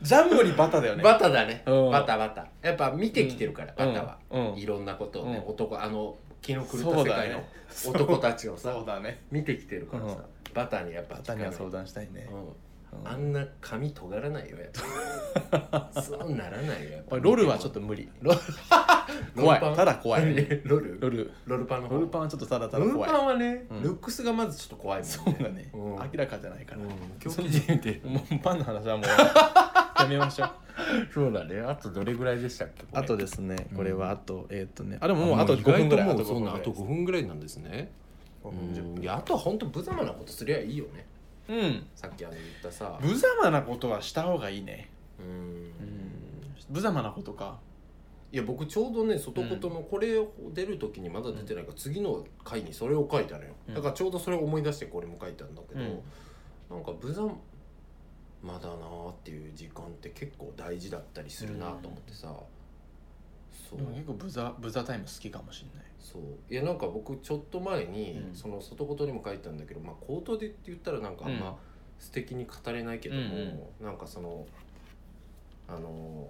Speaker 1: ジャンボリバタだよね
Speaker 2: バタだね
Speaker 1: うん
Speaker 2: バタバタやっぱ見てきてるからバタは
Speaker 1: うんうん
Speaker 2: いろんなことをね
Speaker 1: うん
Speaker 2: 男あの気の狂った
Speaker 1: そう
Speaker 2: 世
Speaker 1: だ
Speaker 2: 界
Speaker 1: ね
Speaker 2: の男たちを
Speaker 1: そ
Speaker 2: さ
Speaker 1: うだね
Speaker 2: 見てきてるからさバタにやっぱ
Speaker 1: バ
Speaker 2: 聞
Speaker 1: タ
Speaker 2: か
Speaker 1: に
Speaker 2: ない
Speaker 1: は相談したいね
Speaker 2: うん
Speaker 1: うん
Speaker 2: あ
Speaker 1: やっ
Speaker 2: んな髪尖らないよやっ ぱそうならないよやっ
Speaker 1: ぱ
Speaker 2: ぱ
Speaker 1: りロルはちょっと無理
Speaker 2: ロ
Speaker 1: 怖
Speaker 2: ロル
Speaker 1: い
Speaker 2: パン
Speaker 1: ただ怖い
Speaker 2: ロル
Speaker 1: ロル
Speaker 2: ロルパンの方
Speaker 1: ロルパンはちょっとただた
Speaker 2: ロ
Speaker 1: だ
Speaker 2: ル
Speaker 1: 怖い
Speaker 2: パンはね
Speaker 1: うん
Speaker 2: ルックスがまずちょっと怖いもん
Speaker 1: そうだね、
Speaker 2: うん
Speaker 1: 明らかじゃないから、
Speaker 2: うん狂気じみて
Speaker 1: もうパンの話はもう やめましょう
Speaker 2: そうだねあとどれぐらいでしたっけ
Speaker 1: あと
Speaker 2: で
Speaker 1: ですね
Speaker 2: うん
Speaker 1: これはあと、えーっとねあでももうあと5分ぐらい
Speaker 2: あ
Speaker 1: あ
Speaker 2: と
Speaker 1: と
Speaker 2: 5分ぐ
Speaker 1: 5分
Speaker 2: らいあと5分ぐらいなんですね
Speaker 1: 5分10
Speaker 2: うんいやあとは本当無様なことすりゃいいよね
Speaker 1: 分うん
Speaker 2: さっきあの言ったさ
Speaker 1: 無様なことはした方がいいね
Speaker 2: うん
Speaker 1: 無様なことか
Speaker 2: いや僕ちょうどね外言のこれを出る時にまだ出てないから、次の回にそれを書いたのよ、
Speaker 1: うん
Speaker 2: だからちょうどそれを思い出してこれも書いたんだけど、
Speaker 1: うん
Speaker 2: なんか無残まだなーっていう時間って結構大事だったりするなと思ってさ、
Speaker 1: でも
Speaker 2: そう
Speaker 1: 結構ブザブザタイム好きかもしれない
Speaker 2: そういやなんか僕ちょっと前に、
Speaker 1: うん
Speaker 2: その外言にも書いたんだけど、まあ、口頭でって言ったらなんかあん
Speaker 1: うん
Speaker 2: ま素敵に語れないけども、
Speaker 1: うん
Speaker 2: なんかそのあの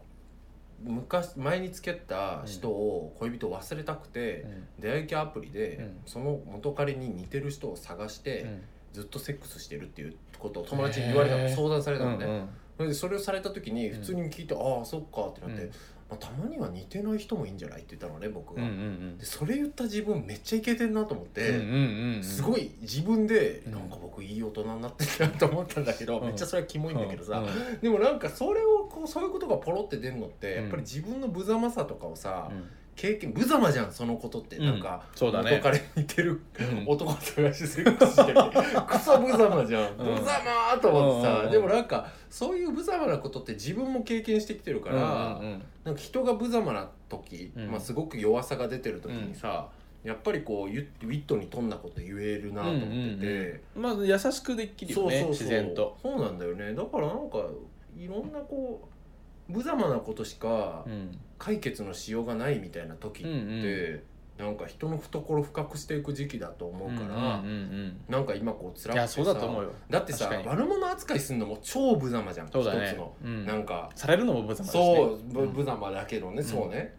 Speaker 2: 昔前に付き合った人を恋人を忘れたくて、出会い系アプリで、
Speaker 1: うん
Speaker 2: その元彼に似てる人を探して、
Speaker 1: うん
Speaker 2: ずっとセックスしてるっていうことを友達に言われたの
Speaker 1: へー
Speaker 2: 相談された
Speaker 1: う
Speaker 2: の
Speaker 1: ん
Speaker 2: ね、
Speaker 1: うん
Speaker 2: でそれをされた時に普通に聞いて、ああそっかってなって、
Speaker 1: うん
Speaker 2: まあ、たまには似てない人もいいんじゃないって言ったのね僕
Speaker 1: う
Speaker 2: が、
Speaker 1: んうん
Speaker 2: でそれ言った自分めっちゃイケてんなと思って、
Speaker 1: うんうんうん
Speaker 2: すごい自分で
Speaker 1: うん
Speaker 2: なんか僕いい大人になってきたなと思ったんだけど、
Speaker 1: うん
Speaker 2: めっちゃそれはキモいんだけどさ、
Speaker 1: うん
Speaker 2: でもなんかそれをこうそういうことがポロって出るのって
Speaker 1: うん
Speaker 2: やっぱり自分の無様さとかをさ、
Speaker 1: うん
Speaker 2: 経験無様じゃんそのことって、
Speaker 1: うん
Speaker 2: なんか
Speaker 1: そうだね
Speaker 2: 元彼に似てる
Speaker 1: うん
Speaker 2: 男を探してセックスして るクソ無様じゃん、
Speaker 1: うん
Speaker 2: 無様ーと思って
Speaker 1: うんうんう
Speaker 2: さ
Speaker 1: ん
Speaker 2: でもなんかそういう無様なことって自分も経験してきてるから、
Speaker 1: うんうん
Speaker 2: なんか人が無様な時、
Speaker 1: うん
Speaker 2: まあ、すごく弱さが出てる時にさ、やっぱりこうゆウィットに富んだこと言えるなと思ってて、
Speaker 1: うんうんうんまあ優しくできるよね自然と
Speaker 2: そうなんだよねだからなんかいろんなこう無様なことしか
Speaker 1: うん
Speaker 2: 解決のしようがないみたいな時って、
Speaker 1: うんうん
Speaker 2: なんか人の懐を深くしていく時期だと思うから、
Speaker 1: うんうん
Speaker 2: なんか今こう
Speaker 1: うん
Speaker 2: 辛
Speaker 1: い
Speaker 2: くて
Speaker 1: や
Speaker 2: さ
Speaker 1: そうだと思うよ
Speaker 2: だってさ
Speaker 1: 確かに
Speaker 2: 悪者扱いするのも超無様じゃん
Speaker 1: そうだ
Speaker 2: 一
Speaker 1: ね
Speaker 2: つの、
Speaker 1: うん
Speaker 2: なんか
Speaker 1: されるのも無様だしね
Speaker 2: そう、ぶ
Speaker 1: うん
Speaker 2: 無様だけどね、そうね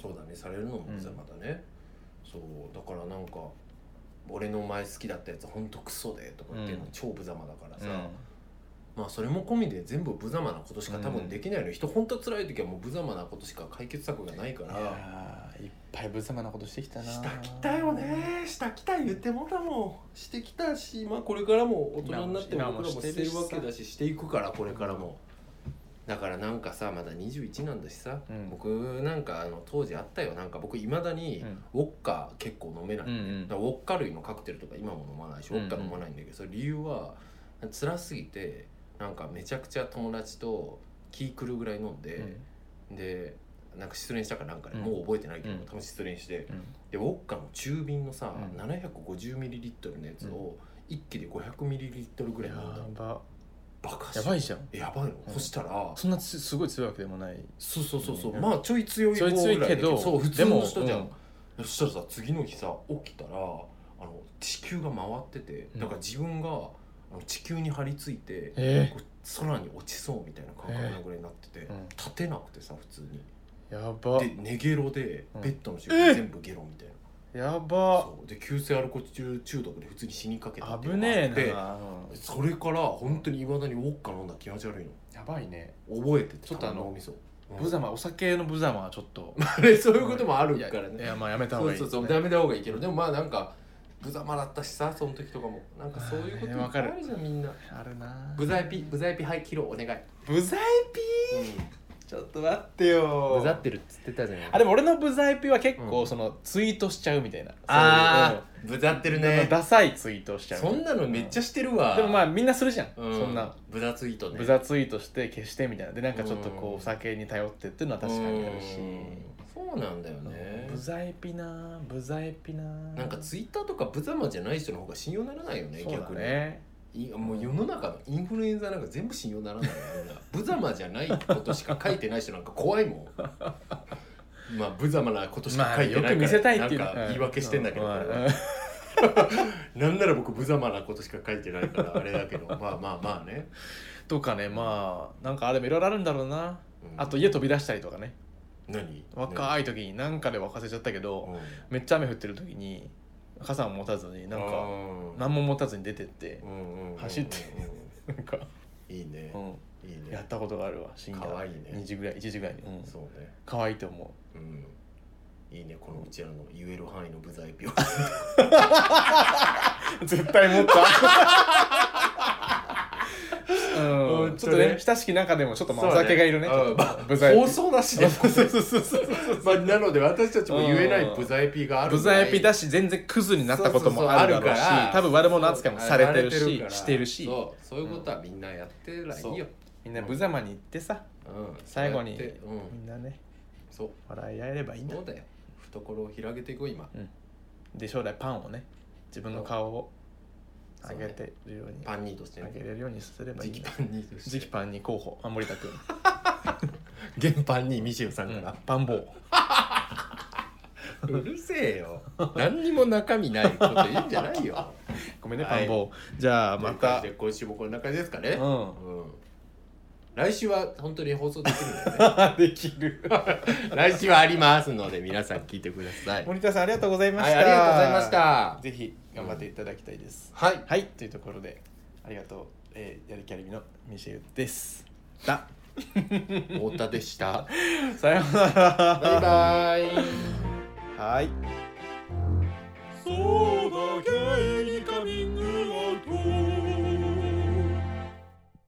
Speaker 2: そうだねされるのも無様だね、そうだからなんか俺の前好きだったやつほんとクソでとか言ってるの
Speaker 1: うん
Speaker 2: 超無様だから
Speaker 1: う
Speaker 2: さ、
Speaker 1: ん
Speaker 2: まあそれも込みで全部無様なことしか多分できないの、人ほんと辛い時はもう無様なことしか解決策がないか
Speaker 1: い
Speaker 2: ら
Speaker 1: やーいっぱい無様なことしてきたな
Speaker 2: したきたよねしたきた言ってもだもんしてきたしまあこれからも大人になって
Speaker 1: 今
Speaker 2: も
Speaker 1: も
Speaker 2: 僕らも
Speaker 1: して
Speaker 2: し
Speaker 1: るして
Speaker 2: るわけだししていくからこれからもだからなんかさまだ21なんだしさ、
Speaker 1: うん
Speaker 2: 僕なんかあの当時あったよなんか僕いまだに
Speaker 1: うん
Speaker 2: ウォッカ結構飲めない、
Speaker 1: うんうん
Speaker 2: だからウォッカ類のカクテルとか今も飲まないし、
Speaker 1: うんうん
Speaker 2: ウォッカ飲まないんだけどそれ理由は辛すぎてなんかめちゃくちゃ友達と気狂るぐらい飲んで、でなんか失恋したかなんかで、
Speaker 1: うん
Speaker 2: もう覚えてないけど、
Speaker 1: うん
Speaker 2: 多分失恋して
Speaker 1: うん
Speaker 2: でウォッカの中瓶のさ、
Speaker 1: うん
Speaker 2: 750ml のやつを一気で 500ml ぐらい飲んだ
Speaker 1: や
Speaker 2: の、
Speaker 1: ば
Speaker 2: バカし
Speaker 1: やばいじゃん
Speaker 2: えやばいの、
Speaker 1: うん
Speaker 2: そしたら
Speaker 1: そんなすすごい強いわけでもない
Speaker 2: そうそうそうそう、
Speaker 1: うん
Speaker 2: まあちょい強い
Speaker 1: それ強い
Speaker 2: ぐら
Speaker 1: け
Speaker 2: だ
Speaker 1: ど
Speaker 2: そう普
Speaker 1: で
Speaker 2: 通
Speaker 1: も
Speaker 2: の人じゃん、
Speaker 1: うん
Speaker 2: そしたらさ次の日さ起きたらあの地球が回ってて
Speaker 1: うん
Speaker 2: だから自分があの地球に張り付いて、
Speaker 1: え
Speaker 2: こう空に落ちそうみたいな感覚のぐらいになってて、
Speaker 1: うん
Speaker 2: 立てなくてさ普通に
Speaker 1: やば
Speaker 2: で寝ゲロで
Speaker 1: うん
Speaker 2: ベッドの周
Speaker 1: え
Speaker 2: 辺全部ゲロみたいな、
Speaker 1: やば
Speaker 2: そうで急性アルコール中中毒で普通に死にかけたっていう
Speaker 1: 危
Speaker 2: のがあ
Speaker 1: ね
Speaker 2: って
Speaker 1: えなうん
Speaker 2: それから本当にいまだにウォッカ飲んだら気持ち悪いの
Speaker 1: やばいね
Speaker 2: 覚えてて
Speaker 1: ちょっとあの
Speaker 2: 脳みそ
Speaker 1: 無様お酒の無様はちょっと
Speaker 2: あれ そういうこともあるからね
Speaker 1: いやいやまあやめた方
Speaker 2: そ
Speaker 1: が
Speaker 2: う
Speaker 1: いい
Speaker 2: そうそう
Speaker 1: ね
Speaker 2: ダメな方がいいけどでもまあなんか無様だったしさその時とかもなんかそういうこと
Speaker 1: あーねわかる
Speaker 2: いっぱいあるじゃんみんな
Speaker 1: あるな
Speaker 2: ブザイピブザイピはい切ろうお願い、
Speaker 1: ブザイピちょっと待ってよ
Speaker 2: ブザってるっつってたじゃない
Speaker 1: あでも俺のブザイピは結
Speaker 2: う
Speaker 1: 構
Speaker 2: ん
Speaker 1: そのツイートしちゃうみたいな
Speaker 2: あ
Speaker 1: そ
Speaker 2: ーブザって
Speaker 1: うい
Speaker 2: る
Speaker 1: ううん
Speaker 2: ね
Speaker 1: ダサいツイートをしちゃう
Speaker 2: そんなのめっちゃしてるわ
Speaker 1: でもま
Speaker 2: あ
Speaker 1: あみんなするじゃんそんな
Speaker 2: ブザツイートね
Speaker 1: ブザツイートして消してみたいなでなんかちょっと
Speaker 2: う
Speaker 1: こ
Speaker 2: ん
Speaker 1: うお酒に頼ってっていうのは確かにあるし
Speaker 2: うんそうなんだよね
Speaker 1: ブザイピなブザイピな
Speaker 2: なんかツイッターとかブザマじゃない人の方が信用ならないよね
Speaker 1: そうだ
Speaker 2: 逆に
Speaker 1: ね
Speaker 2: いもう世の中のインフルエンザなんか全部信用ならないよ みんな無様じゃないことしか書いてない人なんか怖いもん まあ無様なことしか
Speaker 1: まあ
Speaker 2: 書いて
Speaker 1: よ
Speaker 2: な
Speaker 1: く
Speaker 2: い
Speaker 1: 見
Speaker 2: か
Speaker 1: せた
Speaker 2: ら
Speaker 1: い
Speaker 2: なん
Speaker 1: っていう
Speaker 2: か言い訳してんだけど、
Speaker 1: う
Speaker 2: これ
Speaker 1: う
Speaker 2: は
Speaker 1: ん
Speaker 2: なんなら僕無様なことしか書いてないからあれだけどまあまあまあ ね、
Speaker 1: とかねまあなんかあれもいろいろあるんだろうな
Speaker 2: うん
Speaker 1: あと家飛び出したりとかね
Speaker 2: 何
Speaker 1: 若い時になんかで沸かせちゃったけど
Speaker 2: 何うん
Speaker 1: めっちゃ雨降ってる時に傘を持たずになん
Speaker 2: あ
Speaker 1: か
Speaker 2: ー
Speaker 1: 何も持たずに出てって
Speaker 2: うんうんうんうん
Speaker 1: 走ってなんか、
Speaker 2: いいね
Speaker 1: う、
Speaker 2: いい
Speaker 1: ん、やっ
Speaker 2: ね
Speaker 1: たことがあるわ深夜
Speaker 2: 可愛いね
Speaker 1: 2時ぐらい1時ぐらいに、うん、
Speaker 2: そうね
Speaker 1: 可愛いと思
Speaker 2: うんいいねこのうちらの言える範囲の無罪病
Speaker 1: う絶対持った うん
Speaker 2: うん
Speaker 1: ちょっとね
Speaker 2: ちょっとね
Speaker 1: 親しき中でもちょっとまあお酒がいるねちょっとブザイ
Speaker 2: 放送だしね
Speaker 1: そうそうそうそう
Speaker 2: まあ、なので私たちも言えない
Speaker 1: うん
Speaker 2: ブザエピがある
Speaker 1: ブザエピだし全然クズになったこともあるだろうし
Speaker 2: そうそうそうあるから
Speaker 1: 多分悪者扱いもされてる
Speaker 2: そうされてる
Speaker 1: し
Speaker 2: から
Speaker 1: してるし
Speaker 2: そうそういうことはみんなやってらいいよ、
Speaker 1: みんな無様に言ってさ
Speaker 2: うん、
Speaker 1: 最後に
Speaker 2: そうやってうん
Speaker 1: みんなね
Speaker 2: そう
Speaker 1: 笑い合えればいいんだ
Speaker 2: そうだよ懐を広げていこう今
Speaker 1: で将来パンをね自分の顔を上げてるように
Speaker 2: パンニーとして
Speaker 1: 上げ
Speaker 2: ね
Speaker 1: れるようにすればい
Speaker 2: 次
Speaker 1: い
Speaker 2: 期
Speaker 1: ん
Speaker 2: パ
Speaker 1: だ
Speaker 2: ンニーとして
Speaker 1: 次期パンに候補あ森田君
Speaker 2: 現パンニーミシェルさん
Speaker 1: う
Speaker 2: か
Speaker 1: ん
Speaker 2: ら、
Speaker 1: パンボー
Speaker 2: うるせえよ何にも中身ないこといいんじゃないよ
Speaker 1: ごめんね
Speaker 2: はい
Speaker 1: パンボーじゃあまた
Speaker 2: という感じで今週もこんな感じですかね
Speaker 1: う、ん
Speaker 2: う ん来週は本当に放送できるん だよ
Speaker 1: できる
Speaker 2: ね来週はありますので皆さん聞いてください
Speaker 1: 森田さんありがとうございま
Speaker 2: は
Speaker 1: し
Speaker 2: い、
Speaker 1: た
Speaker 2: ありがとうございました。
Speaker 1: ぜひ頑張っていただきたいです
Speaker 2: はい。
Speaker 1: はいというところでありがとうえーやる気ありみのミシェルですだ
Speaker 2: 太田でした
Speaker 1: さようなら
Speaker 2: バイバイ
Speaker 1: はい